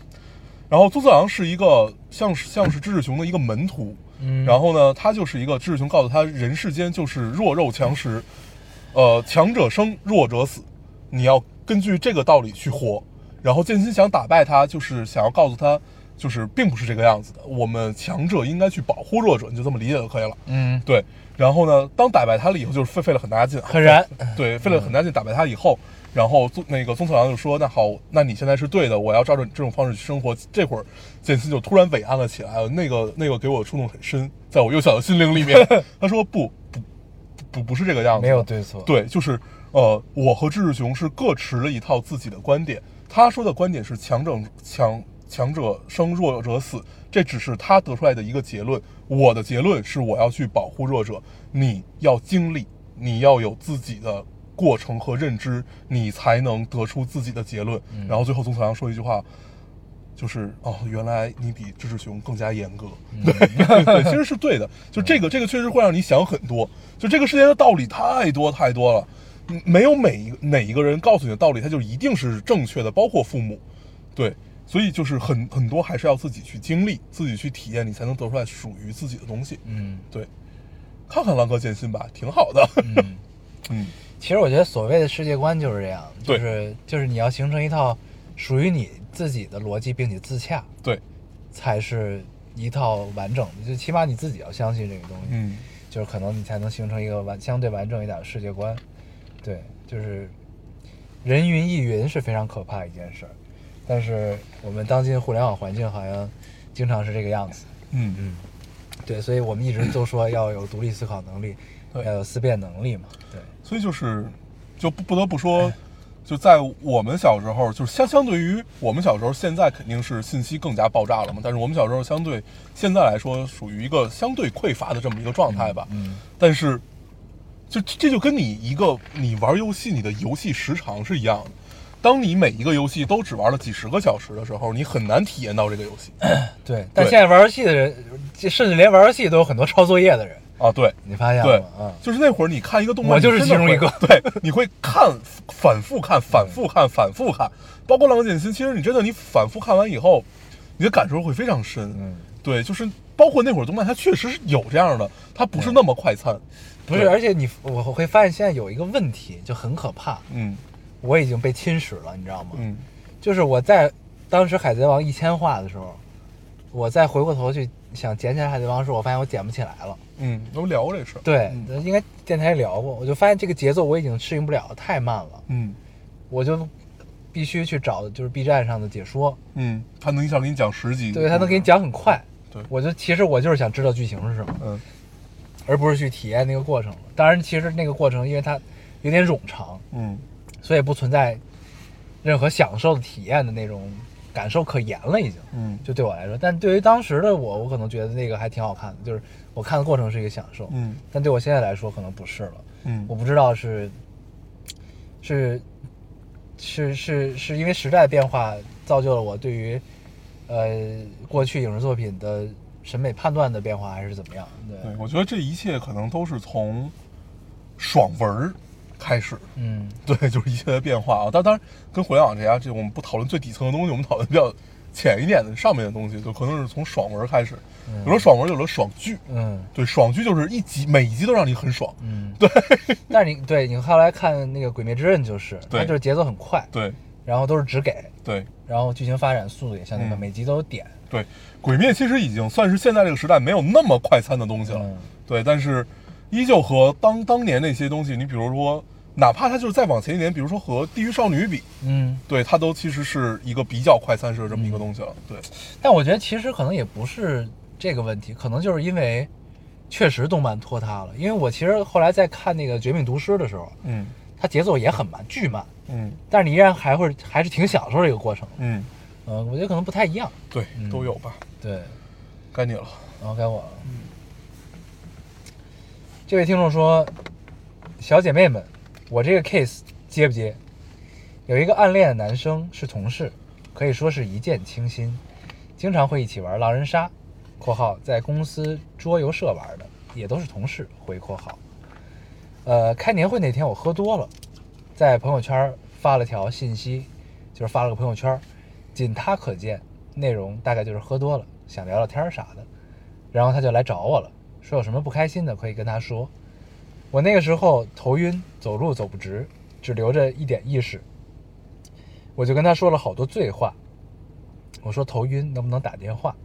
[SPEAKER 2] 然后宗次郎是一个像是像是志志雄的一个门徒，
[SPEAKER 1] 嗯
[SPEAKER 2] 然后呢，他就是一个志雄告诉他，人世间就是弱肉强食，呃，强者生，弱者死，你要根据这个道理去活。然后剑心想打败他，就是想要告诉他，就是并不是这个样子的，我们强者应该去保护弱者，你就这么理解就可以了。
[SPEAKER 1] 嗯，
[SPEAKER 2] 对，然后呢，当打败他了以后，就是费费了很大劲，
[SPEAKER 1] 很燃，
[SPEAKER 2] 对，费了很大劲打败他以后，然后宗那个宗次郎就说：“那好，那你现在是对的，我要照着你这种方式去生活。”这会儿剑心就突然伟岸了起来，那个那个给我触动很深，在我幼小的心灵里
[SPEAKER 1] *laughs*
[SPEAKER 2] 面，他说：“不不不不是这个样子，
[SPEAKER 1] 没有对错，
[SPEAKER 2] 嗯对，就是呃，我和志志雄是各持了一套自己的观点。他说的观点是强者强强者生，弱者死，这只是他得出来的一个结论。我的结论是我要去保护弱者，你要经历，你要有自己的过程和认知，你才能得出自己的结论。然后最后总草阳说一句话。就是哦，原来你比志志雄更加严格，对 *laughs* 对，其实是对的。就这个，这个确实会让你想很多。就这个世界的道理太多太多了，嗯没有每一个哪一个人告诉你的道理，他就一定是正确的，包括父母。对，所以就是很很多还是要自己去经历，自己去体验，你才能得出来属于自己的东西。
[SPEAKER 1] 嗯
[SPEAKER 2] 对，看看《浪客剑心》吧，挺好的。 *laughs*
[SPEAKER 1] 嗯。
[SPEAKER 2] 嗯，
[SPEAKER 1] 其实我觉得所谓的世界观就是这样，就
[SPEAKER 2] 对
[SPEAKER 1] 是就是你要形成一套属于你自己的逻辑，并且自洽，
[SPEAKER 2] 对，
[SPEAKER 1] 才是一套完整的。就起码你自己要相信这个东西，
[SPEAKER 2] 嗯，
[SPEAKER 1] 就是可能你才能形成一个完相对完整一点的世界观。对，就是人云亦云是非常可怕的一件事儿，但是我们当今互联网环境好像经常是这个样子。
[SPEAKER 2] 嗯
[SPEAKER 1] 嗯，对，所以我们一直都说要有独立思考能力，
[SPEAKER 2] 对
[SPEAKER 1] 要有思辨能力嘛。对，
[SPEAKER 2] 所以就是，就不不得不说，就在我们小时候，就是相相对于我们小时候，现在肯定是信息更加爆炸了嘛。但是我们小时候相对现在来说，属于一个相对匮乏的这么一个状态吧。
[SPEAKER 1] 嗯。
[SPEAKER 2] 但是，就这这就跟你一个你玩游戏，你的游戏时长是一样的。当你每一个游戏都只玩了几十个小时的时候，你很难体验到这个游戏
[SPEAKER 1] 对，但
[SPEAKER 2] 对
[SPEAKER 1] 现在玩游戏的人，这甚至连玩游戏都有很多抄作业的人，
[SPEAKER 2] 啊。对，
[SPEAKER 1] 你发现了
[SPEAKER 2] 对
[SPEAKER 1] 吗？嗯，
[SPEAKER 2] 就是那会儿你看一个动漫，
[SPEAKER 1] 我就是
[SPEAKER 2] 你真的
[SPEAKER 1] 其中一个
[SPEAKER 2] 会对，你会看，反复看，反复看，反复看，包括《浪客剑心》。其实你真的你反复看完以后，你的感受会非常深。
[SPEAKER 1] 嗯，
[SPEAKER 2] 对，就是包括那会儿动漫，它确实是有这样的，它不
[SPEAKER 1] 嗯
[SPEAKER 2] 是那么快餐。
[SPEAKER 1] 不是，
[SPEAKER 2] 对
[SPEAKER 1] 而且你我我会发现现在有一个问题就很可怕，
[SPEAKER 2] 嗯
[SPEAKER 1] 我已经被侵蚀了，你知道吗？
[SPEAKER 2] 嗯
[SPEAKER 1] 就是我在当时《海贼王》一千话的时候，我再回过头去想捡起来《海贼王》的时候，我发现我捡不起来了。
[SPEAKER 2] 嗯，都聊过这事儿。
[SPEAKER 1] 对，
[SPEAKER 2] 嗯
[SPEAKER 1] 应该电台聊过，我就发现这个节奏我已经适应不了，太慢了，
[SPEAKER 2] 嗯
[SPEAKER 1] 我就必须去找就是 B 站上的解说，
[SPEAKER 2] 嗯，他能一下给你讲十集，
[SPEAKER 1] 对，他能给你。讲很快。
[SPEAKER 2] 嗯对
[SPEAKER 1] 我就其实我就是想知道剧情是什么。
[SPEAKER 2] 嗯
[SPEAKER 1] 而不是去体验那个过程了。当然，其实那个过程因为它有点冗长，
[SPEAKER 2] 嗯
[SPEAKER 1] 所以不存在任何享受的体验的那种感受可言了，已经。
[SPEAKER 2] 嗯
[SPEAKER 1] 就对我来说，但对于当时的我，我可能觉得那个还挺好看的，就是我看的过程是一个享受。
[SPEAKER 2] 嗯
[SPEAKER 1] 但对我现在来说，可能不是了。
[SPEAKER 2] 嗯
[SPEAKER 1] 我不知道是是是是是因为时代变化造就了我对于呃过去影视作品的审美判断的变化，还是怎么样？对，
[SPEAKER 2] 对，我觉得这一切可能都是从爽文儿开始。
[SPEAKER 1] 嗯。
[SPEAKER 2] 对，就是一切的变化啊。当当然，跟互联网这家，这我们不讨论最底层的东西，我们讨论比较浅一点的上面的东西，就可能是从爽文开始。有了爽文，有了爽剧，
[SPEAKER 1] 嗯
[SPEAKER 2] 对，爽剧就是一集每一集都让你很爽。
[SPEAKER 1] 嗯，对。 *laughs* 但是你对你后来看那个《鬼灭之刃》，就是它
[SPEAKER 2] 对
[SPEAKER 1] 就是节奏很快，
[SPEAKER 2] 对
[SPEAKER 1] 然后都是只给，
[SPEAKER 2] 对
[SPEAKER 1] 然后剧情发展速度也相对慢，
[SPEAKER 2] 嗯
[SPEAKER 1] 每集都有点。
[SPEAKER 2] 对，鬼灭其实已经算是现在这个时代没有那么快餐的东西了。
[SPEAKER 1] 嗯
[SPEAKER 2] 对，但是依旧和当当年那些东西，你比如说哪怕它就是再往前一年，比如说和《地狱少女》比，
[SPEAKER 1] 嗯，
[SPEAKER 2] 对它都其实是一个比较快餐式的这么一个东西了。对，
[SPEAKER 1] 但我觉得其实可能也不是这个问题，可能就是因为确实动漫拖沓了。因为我其实后来在看那个《绝命毒师》的时候，
[SPEAKER 2] 嗯
[SPEAKER 1] 它节奏也很慢，巨慢，
[SPEAKER 2] 嗯
[SPEAKER 1] 但是你依然还会还是挺享受这个过程。
[SPEAKER 2] 嗯，
[SPEAKER 1] 嗯、我觉得可能不太一样。
[SPEAKER 2] 对，都有吧，
[SPEAKER 1] 对，
[SPEAKER 2] 该你了。
[SPEAKER 1] 然后该我了。这位听众说：“小姐妹们，我这个 case 接不接？有一个暗恋的男生是同事，可以说是一见倾心，经常会一起玩狼人杀（括号在公司桌游社玩的，也都是同事）回括号。呃，开年会那天我喝多了，在朋友圈发了条信息，就是发了个朋友圈，仅他可见，内容大概就是喝多了，想聊聊天儿啥的。然后他就来找我了，说有什么不开心的可以跟他说。我那个时候头晕，走路走不直，只留着一点意识。我就跟他说了好多醉话，我说头晕能不能打电话，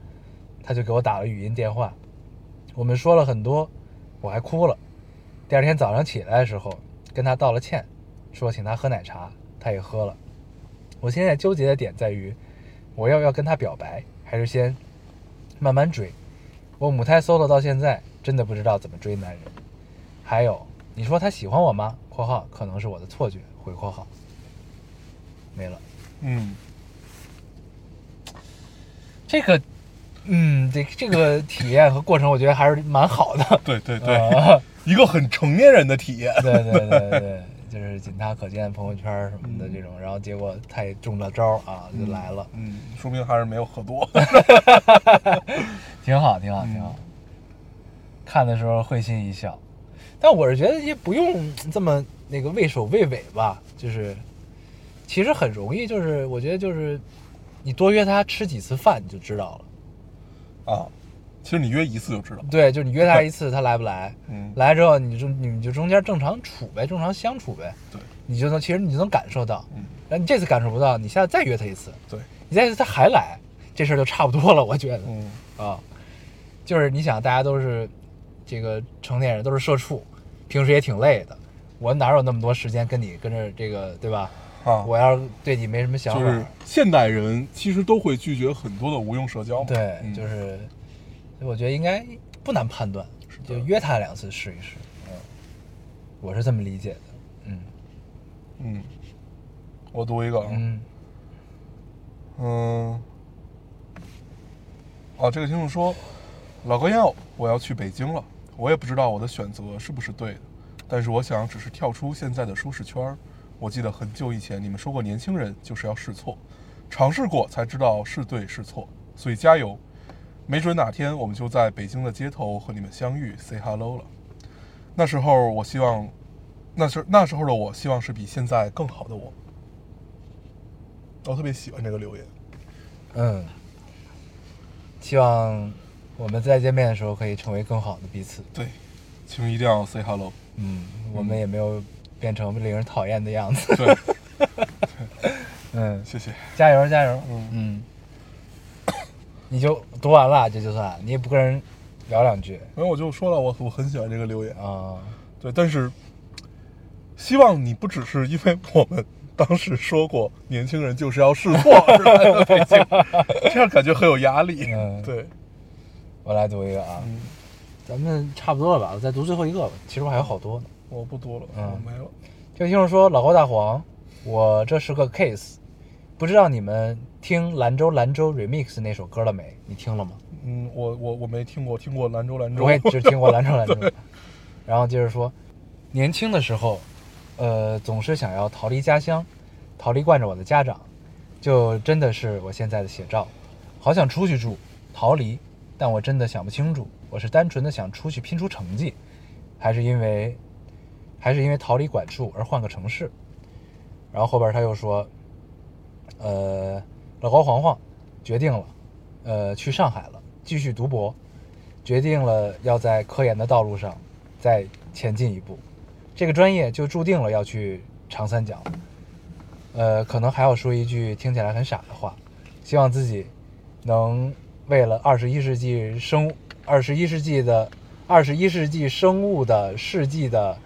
[SPEAKER 1] 他就给我打了语音电话，我们说了很多，我还哭了。第二天早上起来的时候，跟他道了歉，说请他喝奶茶，他也喝了。我现在纠结的点在于，我要不要跟他表白，还是先慢慢追？我母胎 solo 到现在，真的不知道怎么追男人。还有，你说他喜欢我吗？（括号可能是我的错觉。）回括号没了。
[SPEAKER 2] 嗯，
[SPEAKER 1] 这个，嗯，这这个体验和过程，我觉得还是蛮好的。 *laughs*
[SPEAKER 2] 对对对，
[SPEAKER 1] 啊
[SPEAKER 2] *laughs* 一个很成年人的体验。
[SPEAKER 1] 对对对对对，就是仅他可见朋友圈什么的这种，然后结果他也中了招啊，就来了，
[SPEAKER 2] 嗯，说明还是没有喝多。
[SPEAKER 1] 挺好，挺好，挺
[SPEAKER 2] 嗯
[SPEAKER 1] 好。看的时候会心一笑，但我是觉得也不用这么那个畏首畏尾吧，就是其实很容易，就是我觉得就是你多约他吃几次饭你就知道了。
[SPEAKER 2] 啊，其实你约一次就知道。
[SPEAKER 1] 对，就是你约他一次，他来不来？
[SPEAKER 2] 嗯，
[SPEAKER 1] 来之后你就你就中间正常处呗，正常相处呗，
[SPEAKER 2] 对，
[SPEAKER 1] 你就能其实你就能感受到。
[SPEAKER 2] 嗯，
[SPEAKER 1] 然后你这次感受不到，你下次再约他一次，
[SPEAKER 2] 对，
[SPEAKER 1] 你再一次他还来，这事儿就差不多了，我觉得。
[SPEAKER 2] 嗯
[SPEAKER 1] 啊，就是你想，大家都是这个成年人，都是社畜，平时也挺累的，我哪有那么多时间跟你跟着这个，对吧？
[SPEAKER 2] 啊，
[SPEAKER 1] 我要是对你没什么想
[SPEAKER 2] 就
[SPEAKER 1] 法，
[SPEAKER 2] 是现代人其实都会拒绝很多的无用社交嘛。
[SPEAKER 1] 对，
[SPEAKER 2] 嗯
[SPEAKER 1] 就是，所以我觉得应该不难判断，就约他两次试一试。嗯，我是这么理解的。嗯
[SPEAKER 2] 嗯，我读一个啊，
[SPEAKER 1] 嗯
[SPEAKER 2] 嗯，哦、这个听众说，老高要我要去北京了，我也不知道我的选择是不是对的，但是我想只是跳出现在的舒适圈儿。我记得很久以前你们说过，年轻人就是要试错，尝试过才知道是对是错，所以加油，没准哪天我们就在北京的街头和你们相遇，say hello 了。那时候我希望，那时那时候的我希望是比现在更好的我。我特别喜欢这个留言，
[SPEAKER 1] 嗯，希望我们再见面的时候可以成为更好的彼此。
[SPEAKER 2] 对，请一定要 say hello。
[SPEAKER 1] 嗯，我们也没有变成令人讨厌的样子。 *laughs*
[SPEAKER 2] 对，
[SPEAKER 1] 嗯，
[SPEAKER 2] 谢谢。
[SPEAKER 1] 加油加油。
[SPEAKER 2] 嗯
[SPEAKER 1] 嗯，你就读完了，这就算你也不跟人聊两句
[SPEAKER 2] 因为我就说了，我我很喜欢这个留言啊。
[SPEAKER 1] 啊。
[SPEAKER 2] 对，但是希望你不只是因为我们当时说过年轻人就是要试错
[SPEAKER 1] *laughs*
[SPEAKER 2] 而来的北京，这样感觉很有压力。
[SPEAKER 1] 嗯
[SPEAKER 2] 对，
[SPEAKER 1] 我来读一个啊，
[SPEAKER 2] 嗯，
[SPEAKER 1] 咱们差不多了吧？我再读最后一个吧，其实我还有好多呢。
[SPEAKER 2] 我不多了，
[SPEAKER 1] 嗯
[SPEAKER 2] 我没了。
[SPEAKER 1] 这位听众说：“老高大黄，我这是个 case，不知道你们听兰州兰州 remix 那首歌了没？你听了吗？
[SPEAKER 2] 嗯，我我我没听过，听过兰州兰州
[SPEAKER 1] 我。也只听过兰州兰州。 *laughs* 然后接着说，年轻的时候，呃，总是想要逃离家乡，逃离惯着我的家长，就真的是我现在的写照。好想出去住，逃离，但我真的想不清楚，我是单纯的想出去拼出成绩，还是因为，还是因为逃离管束而换个城市。然后后边他又说，呃，老高黄黄决定了，呃，去上海了，继续读博，决定了要在科研的道路上再前进一步。这个专业就注定了要去长三角。呃，可能还要说一句听起来很傻的话，希望自己能为了二十一世纪生二十一世纪的二十一世纪生物的世纪的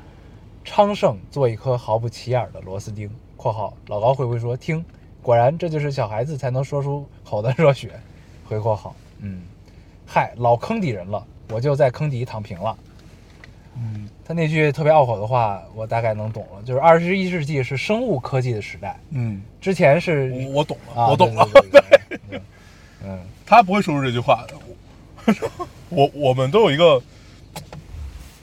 [SPEAKER 1] 昌盛做一颗毫不起眼的螺丝钉。（括号老高会不会说听？果然这就是小孩子才能说出口的热血。）回括号，嗯，嗨，老坑底人了，我就在坑底躺平了。
[SPEAKER 2] 嗯
[SPEAKER 1] 他那句特别拗口的话，我大概能懂了，就是二十一世纪是生物科技的时代，
[SPEAKER 2] 嗯，
[SPEAKER 1] 之前是
[SPEAKER 2] *laughs* 我我懂了，
[SPEAKER 1] 啊，
[SPEAKER 2] 我懂了。
[SPEAKER 1] 对。对对对
[SPEAKER 2] *laughs*
[SPEAKER 1] 对嗯，
[SPEAKER 2] 他不会说出这句话的。 *laughs* 我我我们都有一个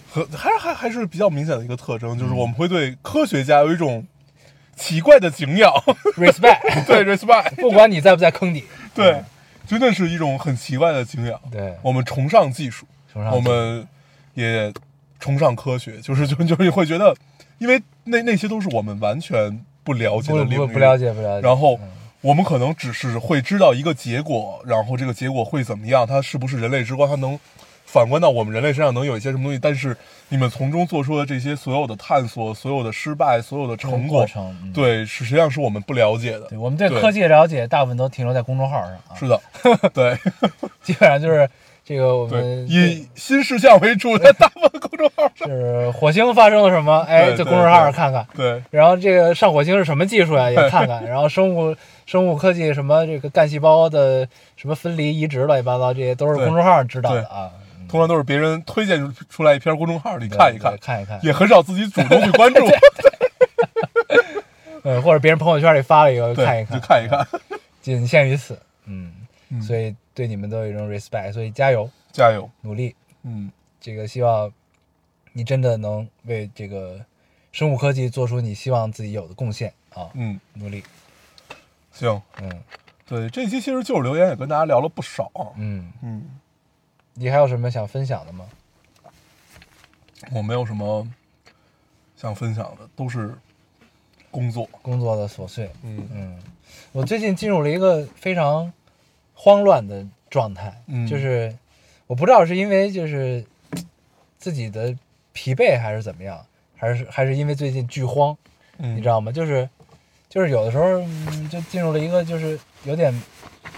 [SPEAKER 2] 很还还还是比较明显的一个特征，
[SPEAKER 1] 嗯
[SPEAKER 2] 就是我们会对科学家有一种奇怪的
[SPEAKER 1] *laughs*
[SPEAKER 2] 敬仰，
[SPEAKER 1] respect，
[SPEAKER 2] *laughs* 对 respect，
[SPEAKER 1] *laughs* 不管你在不在坑底，
[SPEAKER 2] *laughs* 对，真的是一种很奇怪的敬仰。
[SPEAKER 1] 对
[SPEAKER 2] 我们崇尚技术，
[SPEAKER 1] 崇尚技术
[SPEAKER 2] 我们也崇尚科学，就是就就是会觉得，因为那那些都是我们完全不了解
[SPEAKER 1] 不
[SPEAKER 2] 的领
[SPEAKER 1] 不
[SPEAKER 2] 域，
[SPEAKER 1] 不了解不了解。
[SPEAKER 2] 然后我们可能只是会知道一个结果，然后这个结果会怎么样，它是不是人类之光，它能反观到我们人类身上能有一些什么东西。但是你们从中做出的这些所有的探索、所有的失败、所有的成
[SPEAKER 1] 过
[SPEAKER 2] 果，
[SPEAKER 1] 程嗯
[SPEAKER 2] 对，是实际上是我们不了解的
[SPEAKER 1] 对。我们对科技的了解大部分都停留在公众号上啊，
[SPEAKER 2] 是的，
[SPEAKER 1] *laughs*
[SPEAKER 2] 对
[SPEAKER 1] 基本上就是这个我
[SPEAKER 2] 对，
[SPEAKER 1] 们
[SPEAKER 2] 以新事项为主的大部分公众
[SPEAKER 1] *laughs*
[SPEAKER 2] 号上，
[SPEAKER 1] 就是火星发生了什么，哎，
[SPEAKER 2] 对
[SPEAKER 1] 在
[SPEAKER 2] 对
[SPEAKER 1] 公众号上看看。
[SPEAKER 2] 对
[SPEAKER 1] 然后这个上火星是什么技
[SPEAKER 2] *laughs*
[SPEAKER 1] 术呀、也看看。然后生物生物科技什么这个干细胞的什么分离移植乱七八糟，这些都是
[SPEAKER 2] 对
[SPEAKER 1] 公众号上知道的啊。嗯
[SPEAKER 2] 通常都是别人推荐出出来一篇公众号，你看一
[SPEAKER 1] 对
[SPEAKER 2] 看，
[SPEAKER 1] 看一看，
[SPEAKER 2] 也很少自己主动去
[SPEAKER 1] *laughs*
[SPEAKER 2] 关注，
[SPEAKER 1] 嗯，或者别人朋友圈里发了一个
[SPEAKER 2] 对，
[SPEAKER 1] 看一嗯
[SPEAKER 2] 就
[SPEAKER 1] 看，
[SPEAKER 2] 看一看，
[SPEAKER 1] 仅限于此。嗯，
[SPEAKER 2] 嗯
[SPEAKER 1] 所以对你们都有一种 respect，所以加油
[SPEAKER 2] 加油，
[SPEAKER 1] 努力。
[SPEAKER 2] 嗯，
[SPEAKER 1] 这个希望你真的能为这个生物科技做出你希望自己有的贡献啊！
[SPEAKER 2] 嗯，
[SPEAKER 1] 努力，
[SPEAKER 2] 行，
[SPEAKER 1] 嗯
[SPEAKER 2] 对，这期其实就是留言，也跟大家聊了不少。
[SPEAKER 1] 嗯，
[SPEAKER 2] 嗯，
[SPEAKER 1] 你还有什么想分享的吗？
[SPEAKER 2] 我没有什么想分享的，都是工作。
[SPEAKER 1] 工作的琐碎，
[SPEAKER 2] 嗯
[SPEAKER 1] 嗯，我最近进入了一个非常慌乱的状态，
[SPEAKER 2] 嗯
[SPEAKER 1] 就是我不知道是因为就是嘖自己的疲惫还是怎么样，还是还是因为最近剧荒，
[SPEAKER 2] 嗯
[SPEAKER 1] 你知道吗？就是就是有的时候、嗯、就进入了一个就是有点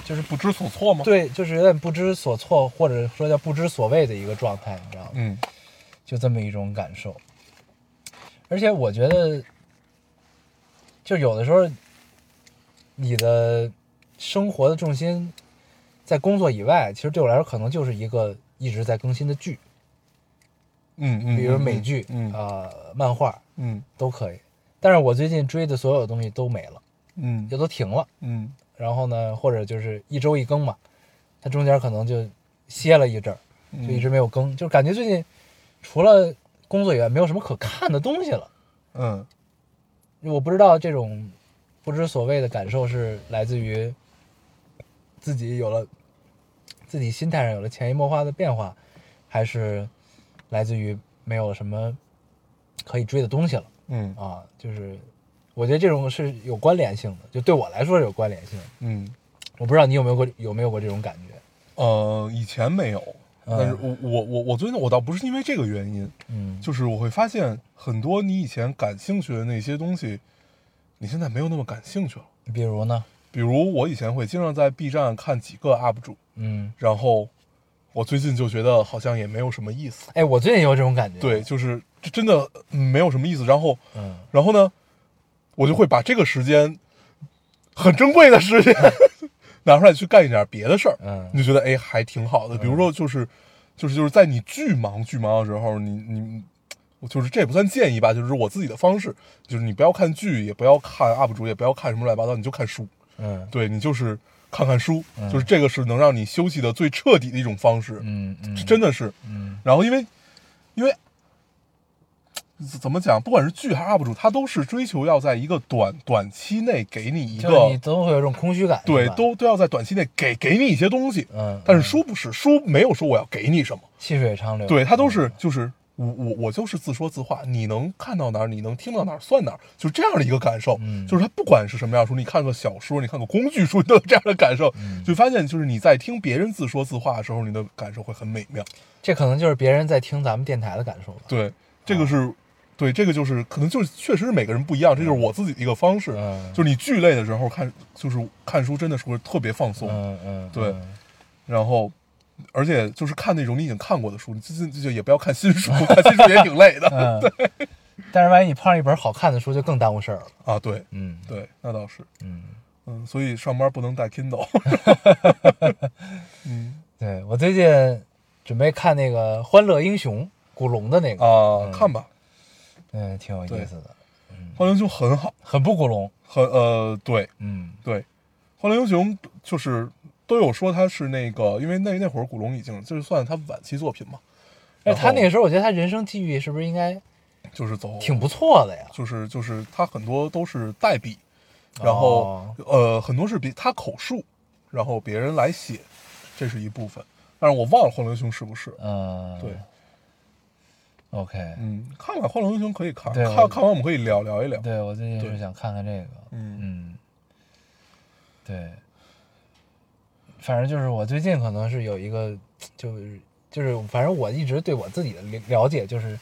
[SPEAKER 1] 就是
[SPEAKER 2] 不知所措吗？，
[SPEAKER 1] 对，就是有点不知所措，或者说叫不知所谓的一个状态，你知道吗？
[SPEAKER 2] 嗯
[SPEAKER 1] 就这么一种感受。而且我觉得，就有的时候，你的生活的重心在工作以外，其实对我来说可能就是一个一直在更新的剧，
[SPEAKER 2] 嗯嗯，
[SPEAKER 1] 比如美剧啊、
[SPEAKER 2] 嗯
[SPEAKER 1] 呃漫画
[SPEAKER 2] 嗯
[SPEAKER 1] 都可以。但是我最近追的所有东西都没了，
[SPEAKER 2] 嗯
[SPEAKER 1] 也都停了。
[SPEAKER 2] 嗯
[SPEAKER 1] 然后呢，或者就是一周一更嘛，它中间可能就歇了一阵儿，
[SPEAKER 2] 嗯，
[SPEAKER 1] 就一直没有更，就感觉最近除了工作以外，没有什么可看的东西了。
[SPEAKER 2] 嗯
[SPEAKER 1] 我不知道这种不知所谓的感受是来自于自己有了自己心态上有了潜移默化的变化，还是来自于没有什么可以追的东西了
[SPEAKER 2] 嗯
[SPEAKER 1] 啊？就是我觉得这种是有关联性的，就对我来说是有关联性的。
[SPEAKER 2] 嗯
[SPEAKER 1] 我不知道你有没有过有没有过这种感觉？
[SPEAKER 2] 呃，以前没有，但是我我我我最近我倒不是因为这个原因，
[SPEAKER 1] 嗯，
[SPEAKER 2] 就是我会发现很多你以前感兴趣的那些东西，你现在没有那么感兴趣了。
[SPEAKER 1] 比如呢，
[SPEAKER 2] 比如我以前会经常在 B 站看几个 UP 主，
[SPEAKER 1] 嗯，
[SPEAKER 2] 然后我最近就觉得好像也没有什么意思。
[SPEAKER 1] 哎，我最近有这种感觉。
[SPEAKER 2] 对，，就是这真的嗯没有什么意思。然后，
[SPEAKER 1] 嗯，
[SPEAKER 2] 然后呢，我就会把这个时间，很珍贵的时间， *laughs* 拿出来去干一点别的事儿。
[SPEAKER 1] 嗯
[SPEAKER 2] 你就觉得哎还挺好的。比如说就是，就是就是在你巨忙巨忙的时候，你你。我就是这也不算建议吧，就是我自己的方式，就是你不要看剧，也不要看 UP 主，也不要看什么乱七八糟，你就看书。
[SPEAKER 1] 嗯
[SPEAKER 2] 对你就是看看书，
[SPEAKER 1] 嗯
[SPEAKER 2] 就是这个是能让你休息的最彻底的一种方式，
[SPEAKER 1] 嗯嗯，
[SPEAKER 2] 真的是。
[SPEAKER 1] 嗯
[SPEAKER 2] 然后因为因为怎么讲，不管是剧还是 UP 主，他都是追求要在一个短短期内给你一
[SPEAKER 1] 就是你
[SPEAKER 2] 个，
[SPEAKER 1] 总会有一种空虚感，
[SPEAKER 2] 对
[SPEAKER 1] 是，吧
[SPEAKER 2] 都都要在短期内给给你一些东西。
[SPEAKER 1] 嗯，
[SPEAKER 2] 但是
[SPEAKER 1] 嗯
[SPEAKER 2] 书不是，书没有说我要给你什么，
[SPEAKER 1] 细水长流，
[SPEAKER 2] 对他都
[SPEAKER 1] 嗯
[SPEAKER 2] 是就是。我我我就是自说自话，你能看到哪儿，你能听到哪儿，算哪儿，就是这样的一个感受。
[SPEAKER 1] 嗯
[SPEAKER 2] 就是他不管是什么样的书，你看个小说，你看个工具书，你都有这样的感受，
[SPEAKER 1] 嗯
[SPEAKER 2] 就发现就是你在听别人自说自话的时候，你的感受会很美妙。
[SPEAKER 1] 这可能就是别人在听咱们电台的感受吧。
[SPEAKER 2] 对，这个是，对，这个就是可能就是确实是每个人不一样，这就是我自己的一个方式。
[SPEAKER 1] 嗯
[SPEAKER 2] 就是你剧累的时候看，就是看书真的是会特别放松，
[SPEAKER 1] 嗯嗯，
[SPEAKER 2] 对
[SPEAKER 1] 嗯
[SPEAKER 2] 然后。而且就是看那种你已经看过的书，你最近就也不要看新书，看新书也挺累的。
[SPEAKER 1] 嗯，但是万一你碰上一本好看的书，就更耽误事儿了。
[SPEAKER 2] 啊，对
[SPEAKER 1] 嗯
[SPEAKER 2] 对，那倒是，
[SPEAKER 1] 嗯，
[SPEAKER 2] 嗯，所以上班不能带 Kindle，嗯
[SPEAKER 1] 对我最近准备看那个《欢乐英雄》古龙的那个，嗯
[SPEAKER 2] 啊，看吧，
[SPEAKER 1] 嗯，挺有意思的，
[SPEAKER 2] 《欢乐英雄》很好，
[SPEAKER 1] 很不古龙。
[SPEAKER 2] 很呃，对
[SPEAKER 1] 嗯
[SPEAKER 2] 对，《欢乐英雄》就是都有说他是那个，因为那那会儿古龙已经就是算他晚期作品嘛，
[SPEAKER 1] 哎，
[SPEAKER 2] 然后
[SPEAKER 1] 他那个时候，我觉得他人生际遇是不是应该
[SPEAKER 2] 就是走
[SPEAKER 1] 挺不错的呀？
[SPEAKER 2] 就是就是他很多都是代笔，然后、
[SPEAKER 1] 哦
[SPEAKER 2] 呃很多是比他口述，然后别人来写，这是一部分。但是我忘了《欢乐英雄》是不是？
[SPEAKER 1] 嗯，
[SPEAKER 2] 对，
[SPEAKER 1] ，OK，
[SPEAKER 2] 嗯，看看《欢乐英雄》可以看，
[SPEAKER 1] 对
[SPEAKER 2] 看
[SPEAKER 1] 我
[SPEAKER 2] 看完我们可以聊聊一聊。
[SPEAKER 1] 对我最近
[SPEAKER 2] 对
[SPEAKER 1] 是想看看这个，
[SPEAKER 2] 嗯
[SPEAKER 1] 嗯，对，反正就是我最近可能是有一个，就是就是反正我一直对我自己的了了解就是，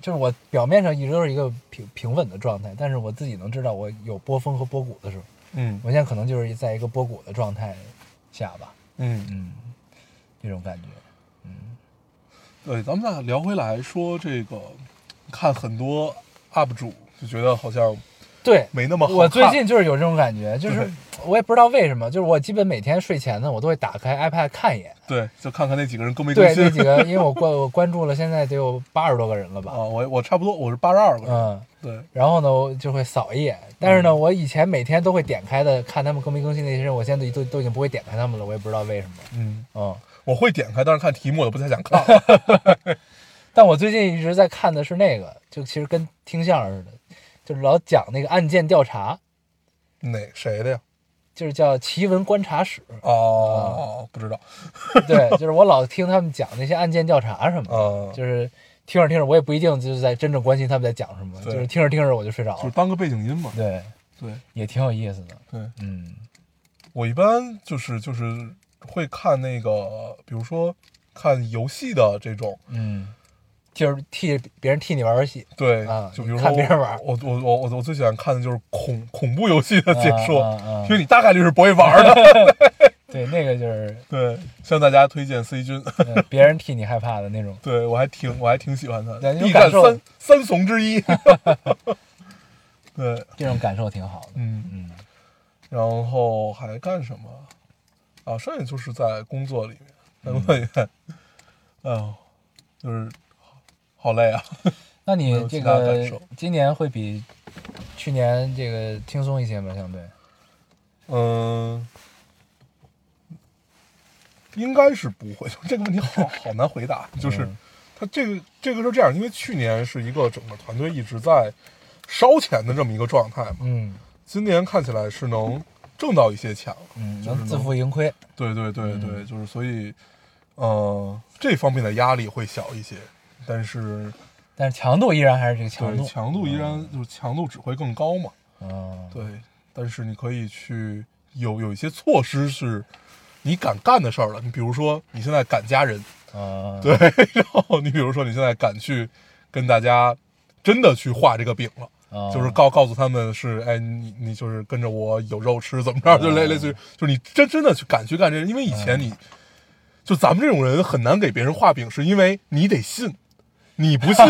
[SPEAKER 1] 就是我表面上一直都是一个平平稳的状态，但是我自己能知道我有波峰和波谷的时候，
[SPEAKER 2] 嗯
[SPEAKER 1] 我现在可能就是在一个波谷的状态下吧，
[SPEAKER 2] 嗯，
[SPEAKER 1] 嗯，这种感觉，
[SPEAKER 2] 对，咱们再聊回来说这个，看很多 UP 主就觉得好像
[SPEAKER 1] 对，
[SPEAKER 2] 没那么好看。
[SPEAKER 1] 我最近就是有这种感觉，就是我也不知道为什么，就是我基本每天睡前呢，我都会打开 iPad 看一眼。
[SPEAKER 2] 对，就看看那几个人更没更
[SPEAKER 1] 对，
[SPEAKER 2] 新
[SPEAKER 1] 那几个，因为我关我关注了，现在得有八十多个人了
[SPEAKER 2] 啊，
[SPEAKER 1] 吧？
[SPEAKER 2] 我我差不多我是八十二个人，
[SPEAKER 1] 嗯，
[SPEAKER 2] 对，
[SPEAKER 1] 然后呢，我就会扫一眼。但
[SPEAKER 2] 嗯
[SPEAKER 1] 是呢，我以前每天都会点开的，看他们更没更新那些人，我现在都都已经不会点开他们了，我也不知道为什么。
[SPEAKER 2] 嗯，
[SPEAKER 1] 嗯，
[SPEAKER 2] 我会点开，但是看题目我就不太想
[SPEAKER 1] *laughs*
[SPEAKER 2] 看了。
[SPEAKER 1] 但我最近一直在看的是那个，就其实跟听相声似的，就是老讲那个案件调查，
[SPEAKER 2] 哪谁的呀？
[SPEAKER 1] 就是叫奇闻观察室。
[SPEAKER 2] 哦，不知道，
[SPEAKER 1] *laughs* 对，就是我老听他们讲那些案件调查什么的。
[SPEAKER 2] 呃，
[SPEAKER 1] 就是听着听着，我也不一定就是在真正关心他们在讲什么，就
[SPEAKER 2] 对
[SPEAKER 1] 是听着听着我就睡着
[SPEAKER 2] 就是
[SPEAKER 1] 了。
[SPEAKER 2] 当个背景音嘛。
[SPEAKER 1] 对，
[SPEAKER 2] 对
[SPEAKER 1] 也挺有意思的。
[SPEAKER 2] 对，
[SPEAKER 1] 嗯
[SPEAKER 2] 我一般就是就是会看那个，比如说看游戏的这种，
[SPEAKER 1] 嗯，就是替别人替你玩游戏。
[SPEAKER 2] 对，
[SPEAKER 1] 啊
[SPEAKER 2] 就比如
[SPEAKER 1] 你
[SPEAKER 2] 说
[SPEAKER 1] 看别人玩儿
[SPEAKER 2] 我我我我我最喜欢看的就是恐恐怖游戏的 *laughs* 解说，
[SPEAKER 1] 啊啊啊
[SPEAKER 2] 因为你大概率是不会玩儿
[SPEAKER 1] *laughs*
[SPEAKER 2] 的。
[SPEAKER 1] 对，那个就是、
[SPEAKER 2] 对，向大家推荐 C 君， *laughs*
[SPEAKER 1] 嗯别人替你害怕的那种。
[SPEAKER 2] 对我还挺我还挺喜欢他
[SPEAKER 1] 对
[SPEAKER 2] 的，
[SPEAKER 1] 你有
[SPEAKER 2] 地
[SPEAKER 1] 感
[SPEAKER 2] 战
[SPEAKER 1] 受
[SPEAKER 2] 三三怂之一。 *laughs* 对，
[SPEAKER 1] 这种感受挺好的，
[SPEAKER 2] 嗯。
[SPEAKER 1] 嗯，
[SPEAKER 2] 然后还干什么？啊，剩下就是在工作里面，在工作里面， *laughs* 哎呦，就是好好累啊。
[SPEAKER 1] 那
[SPEAKER 2] 没
[SPEAKER 1] 你
[SPEAKER 2] 有
[SPEAKER 1] 这
[SPEAKER 2] 其他
[SPEAKER 1] 个
[SPEAKER 2] 感受
[SPEAKER 1] 今年会比去年这个轻松一些吗？相对，
[SPEAKER 2] 嗯，应该是不会。 *laughs* 这个问题好好难回答，就是
[SPEAKER 1] 嗯
[SPEAKER 2] 他这个这个是这样，因为去年是一个整个团队一直在烧钱的这么一个状态嘛，
[SPEAKER 1] 嗯
[SPEAKER 2] 今年看起来是能挣到一些钱了。
[SPEAKER 1] 嗯，
[SPEAKER 2] 就是
[SPEAKER 1] 能自负盈亏，
[SPEAKER 2] 对对对对，
[SPEAKER 1] 嗯
[SPEAKER 2] 就是所以，呃，这方面的压力会小一些，但是
[SPEAKER 1] 但是强度依然还是这个强
[SPEAKER 2] 对
[SPEAKER 1] 度，
[SPEAKER 2] 强度依然就是强度只会更高嘛。
[SPEAKER 1] 嗯，
[SPEAKER 2] 对，但是你可以去有有一些措施是你敢干的事儿了。你比如说你现在敢加人， *laughs*
[SPEAKER 1] 嗯，
[SPEAKER 2] 对，然后你比如说你现在敢去跟大家真的去画这个饼了。
[SPEAKER 1] 嗯，
[SPEAKER 2] *laughs* 就是告告诉他们是，哎，你你就是跟着我有肉吃，怎么着，就
[SPEAKER 1] 哦
[SPEAKER 2] 类类似于，就是你真真的去敢去干这，因为以前
[SPEAKER 1] 嗯
[SPEAKER 2] 你，就咱们这种人很难给别人画饼，是因为你得信，你
[SPEAKER 1] *laughs*
[SPEAKER 2] 不信，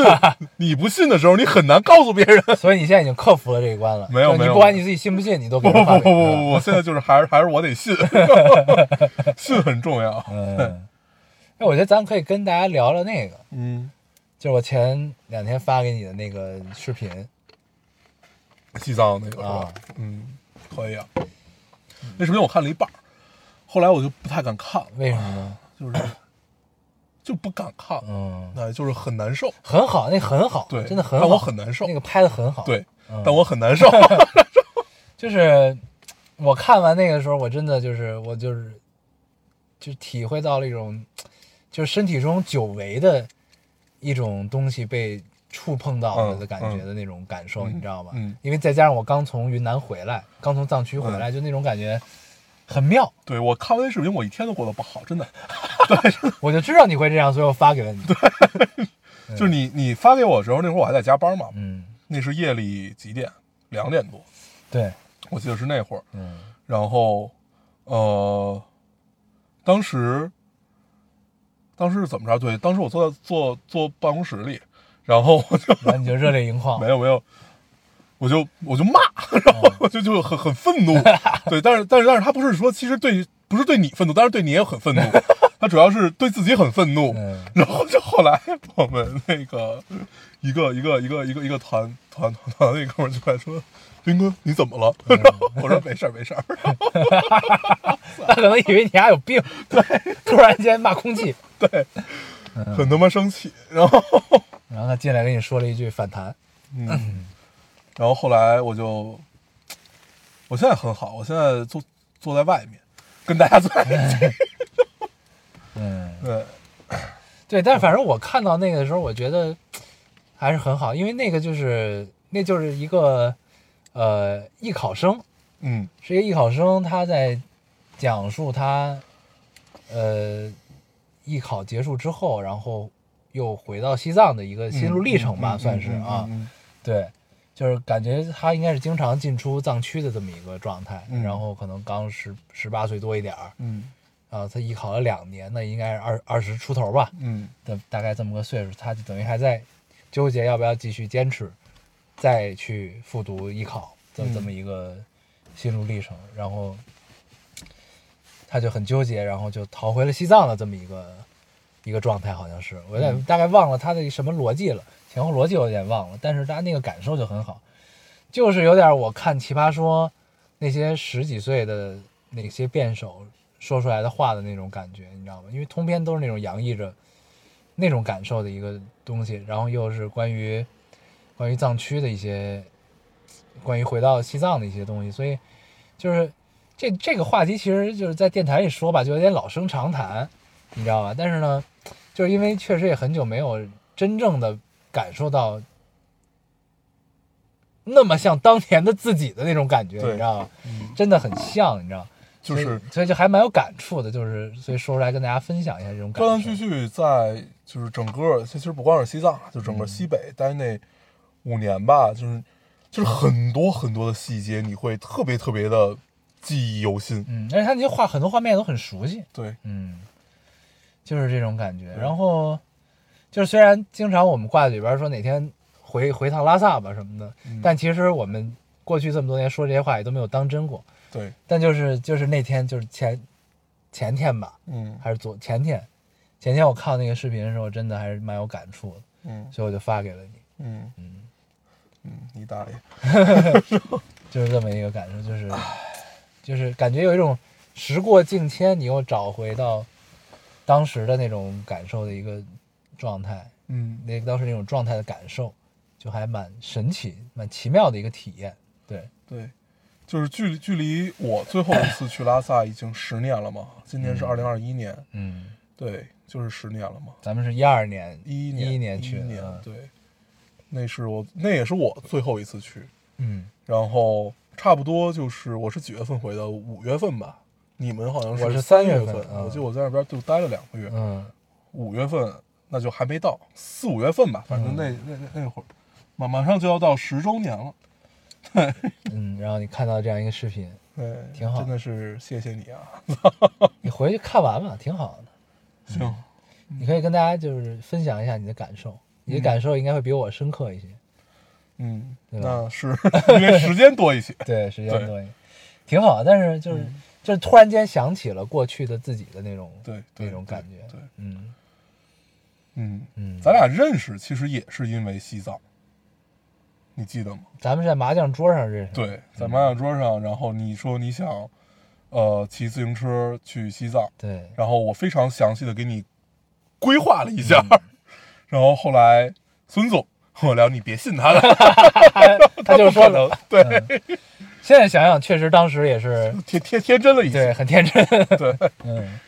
[SPEAKER 2] 你不信的时候，你很难告诉别人。
[SPEAKER 1] 所以你现在已经克服了这一关了。
[SPEAKER 2] 没有
[SPEAKER 1] 就
[SPEAKER 2] 没
[SPEAKER 1] 你
[SPEAKER 2] 有
[SPEAKER 1] 不管你自己信不信，你都
[SPEAKER 2] 不
[SPEAKER 1] 给
[SPEAKER 2] 不
[SPEAKER 1] 人嗯
[SPEAKER 2] *laughs* 不
[SPEAKER 1] 画
[SPEAKER 2] 不
[SPEAKER 1] 饼
[SPEAKER 2] 不
[SPEAKER 1] 了。
[SPEAKER 2] 不，现在就是还是还是我
[SPEAKER 1] *laughs*
[SPEAKER 2] 得信，信很重要。
[SPEAKER 1] 嗯，哎，我觉得咱可以跟大家聊聊那个，
[SPEAKER 2] 嗯，
[SPEAKER 1] 就是我前两天发给你的那个视频
[SPEAKER 2] 西藏那个是吧
[SPEAKER 1] 啊？，
[SPEAKER 2] 嗯，可以啊。那视频我看了一半儿，后来我就不太敢看了，
[SPEAKER 1] 为什么呢？
[SPEAKER 2] 就是就不敢看了。
[SPEAKER 1] 嗯，
[SPEAKER 2] 那就是很难受，
[SPEAKER 1] 很好，那很好，
[SPEAKER 2] 对，
[SPEAKER 1] 真的很好，
[SPEAKER 2] 但我很难受，
[SPEAKER 1] 那个拍的很好，，
[SPEAKER 2] 对，
[SPEAKER 1] 嗯
[SPEAKER 2] 但我很难受， *laughs*
[SPEAKER 1] 就是我看完那个时候，我真的就是我就是就体会到了一种，就是身体中久违的一种东西被触碰到了的感觉
[SPEAKER 2] 嗯嗯
[SPEAKER 1] 的那种感受，
[SPEAKER 2] 嗯
[SPEAKER 1] 你知道吗？
[SPEAKER 2] 嗯
[SPEAKER 1] 因为再加上我刚从云南回来，刚从藏区回来，就那种感觉很妙，
[SPEAKER 2] 对我看完那视频，我一天都过得不好，真的，
[SPEAKER 1] 我就知道你会这样，所以我发给了你。
[SPEAKER 2] 就是你你发给我的时候，那会儿我还在加班嘛，
[SPEAKER 1] 嗯，
[SPEAKER 2] 那是夜里几点？两点多，
[SPEAKER 1] 对，
[SPEAKER 2] 我记得是那会儿，
[SPEAKER 1] 嗯
[SPEAKER 2] 然后，呃，当时，当时是怎么着？对，当时我坐在坐坐办公室里，然后我就
[SPEAKER 1] 然后你就热泪盈眶 *laughs*
[SPEAKER 2] 没。有没有，我就我就骂，然后我就就很很愤怒，对，但是但是但是他不是说其实对不是对你愤怒，当然对你也很愤怒，他主要是对自己很愤怒，
[SPEAKER 1] 嗯
[SPEAKER 2] 然后就后来我们那个一个一个一个一个一个团团团团那哥们儿就过来说。林哥，你怎么了？然后 *laughs* 我说没事儿，没事儿。
[SPEAKER 1] 他可能以为你还有病，对，突然间骂空气，
[SPEAKER 2] 对，很他妈生气。然后，
[SPEAKER 1] 然后他进来跟你说了一句反弹，
[SPEAKER 2] 嗯，然后后来我就，我现在很好，我现在坐坐在外面，跟大家坐在一起。
[SPEAKER 1] 嗯，
[SPEAKER 2] 对，
[SPEAKER 1] 对，但是反正我看到那个的时候，我觉得还是很好，因为那个就是那就是一个呃艺考生，
[SPEAKER 2] 嗯
[SPEAKER 1] 是一个艺考生，他在讲述他呃艺考结束之后，然后又回到西藏的一个心路历程吧，
[SPEAKER 2] 嗯
[SPEAKER 1] 算是啊，
[SPEAKER 2] 嗯嗯嗯
[SPEAKER 1] 对，就是感觉他应该是经常进出藏区的这么一个状态，
[SPEAKER 2] 嗯
[SPEAKER 1] 然后可能刚十十八岁多一点儿，
[SPEAKER 2] 嗯
[SPEAKER 1] 啊，他艺考了两年，那应该是二二十出头吧，
[SPEAKER 2] 嗯
[SPEAKER 1] 的大概这么个岁数，他就等于还在纠结要不要继续坚持，再去复读艺考这
[SPEAKER 2] 嗯
[SPEAKER 1] 这么一个心路历程，然后他就很纠结，然后就逃回了西藏的这么一个一个状态，好像是我有点大概忘了他的什么逻辑了，前后逻辑我有点忘了，但是他那个感受就很好，就是有点我看《奇葩说》那些十几岁的那些辩手说出来的话的那种感觉，你知道吗？因为通篇都是那种洋溢着那种感受的一个东西，然后又是关于关于藏区的一些，关于回到西藏的一些东西，所以就是这这个话题其实就是在电台里说吧，就有点老生常谈，你知道吧？但是呢，就是因为确实也很久没有真正的感受到那么像当年的自己的那种感觉，
[SPEAKER 2] 对
[SPEAKER 1] 你知道吧？
[SPEAKER 2] 嗯，
[SPEAKER 1] 真的很像，你知道。
[SPEAKER 2] 就
[SPEAKER 1] 所
[SPEAKER 2] 是
[SPEAKER 1] 以所以就还蛮有感触的，就是所以说出来跟大家分享一下这种感
[SPEAKER 2] 断
[SPEAKER 1] 受。
[SPEAKER 2] 断续续在就是整个，其实不光是西藏，就整个西北待那五年吧，就是就是很多很多的细节，你会特别特别的记忆犹新。
[SPEAKER 1] 嗯，而且他那些画很多画面都很熟悉，
[SPEAKER 2] 对，
[SPEAKER 1] 嗯，就是这种感觉。然后就是虽然经常我们挂在嘴边说哪天回回趟拉萨吧什么的，
[SPEAKER 2] 嗯
[SPEAKER 1] 但其实我们过去这么多年说这些话也都没有当真过。
[SPEAKER 2] 对，
[SPEAKER 1] 但就是就是那天就是前前天吧，
[SPEAKER 2] 嗯
[SPEAKER 1] 还是昨前天，前天我看到那个视频的时候，真的还是蛮有感触的，
[SPEAKER 2] 嗯
[SPEAKER 1] 所以我就发给了你，
[SPEAKER 2] 嗯嗯嗯，你大爷。
[SPEAKER 1] 就是这么一个感受，就是就是感觉有一种时过境迁，你又找回到当时的那种感受的一个状态。
[SPEAKER 2] 嗯，
[SPEAKER 1] 那当时那种状态的感受，就还蛮神奇、蛮奇妙的一个体验。对，
[SPEAKER 2] 对，就是距离距离我最后一次去拉萨已经十年了嘛，今年是二零二一年，
[SPEAKER 1] 嗯，
[SPEAKER 2] 对，就是十年了嘛，
[SPEAKER 1] 咱们是一二年，
[SPEAKER 2] 一
[SPEAKER 1] 一
[SPEAKER 2] 年
[SPEAKER 1] 年去
[SPEAKER 2] 一
[SPEAKER 1] 的，
[SPEAKER 2] 年
[SPEAKER 1] 嗯
[SPEAKER 2] 对，那是我那也是我最后一次去，
[SPEAKER 1] 嗯，
[SPEAKER 2] 然后差不多就是我是几月份回的？五月份吧。你们好像
[SPEAKER 1] 我是
[SPEAKER 2] 三
[SPEAKER 1] 三月
[SPEAKER 2] 份，
[SPEAKER 1] 份嗯
[SPEAKER 2] 我记得我在那边就待了两个月。
[SPEAKER 1] 嗯，
[SPEAKER 2] 五月份那就还没到，四五月份吧，反正那、那那那会儿，马马上就要到十周年了。
[SPEAKER 1] 嗯，然后你看到这样一个视频，
[SPEAKER 2] 对，
[SPEAKER 1] 挺好嗯
[SPEAKER 2] 哎真的是谢谢你啊。
[SPEAKER 1] 你回去看完吧，挺好的。
[SPEAKER 2] *laughs* 行，嗯
[SPEAKER 1] 你可以跟大家就是分享一下你的感受，你的感受应该会比我深刻一些。
[SPEAKER 2] 嗯，
[SPEAKER 1] 对吧
[SPEAKER 2] 那是 *laughs* 因为时间多一些。
[SPEAKER 1] 对，时间
[SPEAKER 2] 对嗯
[SPEAKER 1] 多一点，挺好。但是就是、就是突然间想起了过去的自己的那种
[SPEAKER 2] 对，对
[SPEAKER 1] 那种感觉。
[SPEAKER 2] 对，对
[SPEAKER 1] 嗯
[SPEAKER 2] 嗯，
[SPEAKER 1] 嗯，
[SPEAKER 2] 咱俩认识其实也是因为西藏，你记得吗？
[SPEAKER 1] 咱们是在麻将桌上认识的。
[SPEAKER 2] 对，在麻将桌上，然后你说你想，呃，骑自行车去西藏，
[SPEAKER 1] 对，
[SPEAKER 2] 然后我非常详细的给你规划了一下， *laughs* 然后后来孙总和我聊，你别信他的，
[SPEAKER 1] 他就
[SPEAKER 2] 不
[SPEAKER 1] 说
[SPEAKER 2] 可 *laughs* 能，对，
[SPEAKER 1] 现在想想，确实当时也
[SPEAKER 2] *laughs*
[SPEAKER 1] 是
[SPEAKER 2] 天天天真了一
[SPEAKER 1] 对
[SPEAKER 2] 些，
[SPEAKER 1] 很天
[SPEAKER 2] *laughs*
[SPEAKER 1] 真，
[SPEAKER 2] 对，
[SPEAKER 1] *laughs* 嗯，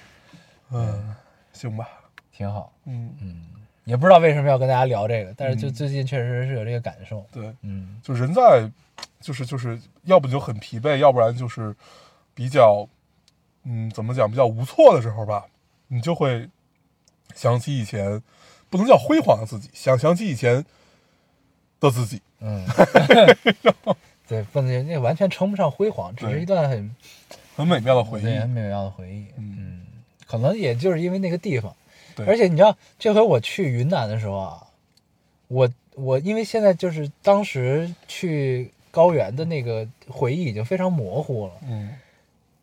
[SPEAKER 2] 嗯，行吧，
[SPEAKER 1] 挺好，
[SPEAKER 2] 嗯，
[SPEAKER 1] 嗯，也不知道为什么要跟大家聊这个，但是就
[SPEAKER 2] 嗯
[SPEAKER 1] 最近确实是有这个感受，
[SPEAKER 2] 对，
[SPEAKER 1] 嗯
[SPEAKER 2] 就人在，就是就是要不就很疲惫，要不然就是比较，嗯，怎么讲，比较无措的时候吧，你就会想起以前，不能叫辉煌的自己，想想起以前的自己， *laughs*
[SPEAKER 1] 嗯，对，不能那完全称不上辉煌，只是
[SPEAKER 2] 对
[SPEAKER 1] 一段很
[SPEAKER 2] 很美妙的回忆，
[SPEAKER 1] 对很美妙的回忆，
[SPEAKER 2] 嗯
[SPEAKER 1] 嗯，可能也就是因为那个地方，
[SPEAKER 2] 对，
[SPEAKER 1] 而且你知道这回我去云南的时候啊，我我因为现在就是当时去高原的那个回忆已经非常模糊了。
[SPEAKER 2] 嗯，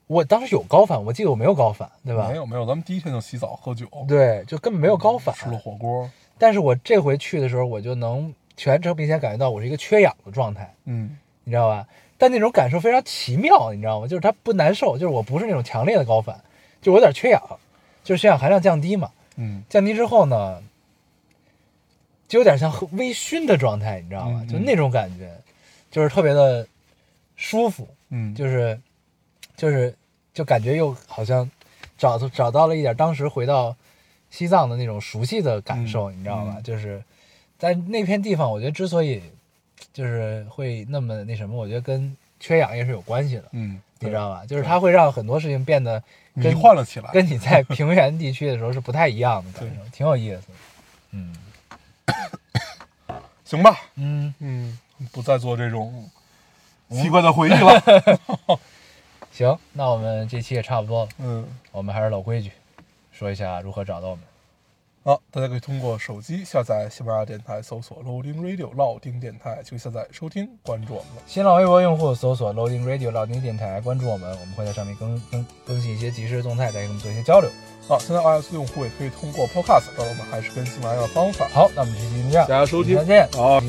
[SPEAKER 1] 我当时有高反，我记得我没有高反，对吧？
[SPEAKER 2] 没有没嗯有，咱们第一天就洗澡喝酒，
[SPEAKER 1] 对，就根本没有高反。
[SPEAKER 2] 吃了火锅，
[SPEAKER 1] 但是我这回去的时候，我就能全程明显感觉到我是一个缺氧的状态，
[SPEAKER 2] 嗯
[SPEAKER 1] 你知道吧？但那种感受非常奇妙，你知道吗？就是它不难受，就是我不是那种强烈的高反，就我有点缺氧，就是血氧含量降低嘛。
[SPEAKER 2] 嗯
[SPEAKER 1] 降低之后呢，就有点像喝微醺的状态，你知道吗？
[SPEAKER 2] 嗯嗯
[SPEAKER 1] 就那种感觉，就是特别的舒服，
[SPEAKER 2] 嗯，
[SPEAKER 1] 就是就是就感觉又好像找找到了一点当时回到西藏的那种熟悉的感受，
[SPEAKER 2] 嗯
[SPEAKER 1] 你知道吧？
[SPEAKER 2] 嗯
[SPEAKER 1] 就是在那片地方，我觉得之所以就是会那么那什么，我觉得跟缺氧也是有关系的，
[SPEAKER 2] 嗯，
[SPEAKER 1] 你知
[SPEAKER 2] 对
[SPEAKER 1] 道吧？就是它会让很多事情变得跟
[SPEAKER 2] 迷幻了起来，
[SPEAKER 1] 跟你在平原地区的时候是不太一样的感受，挺有意思的。嗯
[SPEAKER 2] 行吧，
[SPEAKER 1] 嗯，
[SPEAKER 2] 嗯，不再做这种奇怪的回忆了，
[SPEAKER 1] 行，那我们这期也差不多了，
[SPEAKER 2] 嗯。
[SPEAKER 1] 我们还是老规矩，说一下如何找到我们。
[SPEAKER 2] 好，大家可以通过手机下载喜马拉雅电台，搜索 Loading Radio 老丁电台，就可以下载收听，关注我们了。
[SPEAKER 1] 新浪微博用户搜索 Loading Radio 老丁电台，关注我们，我们会在上面更更更新一些即时动态，再跟我们做一些交流。
[SPEAKER 2] 啊，现在 iOS 用户也可以通过 Podcast 找到我们，还是跟喜马拉雅的方法。
[SPEAKER 1] 好，那我们这期就这样，
[SPEAKER 2] 家收
[SPEAKER 1] 再见。
[SPEAKER 2] 好。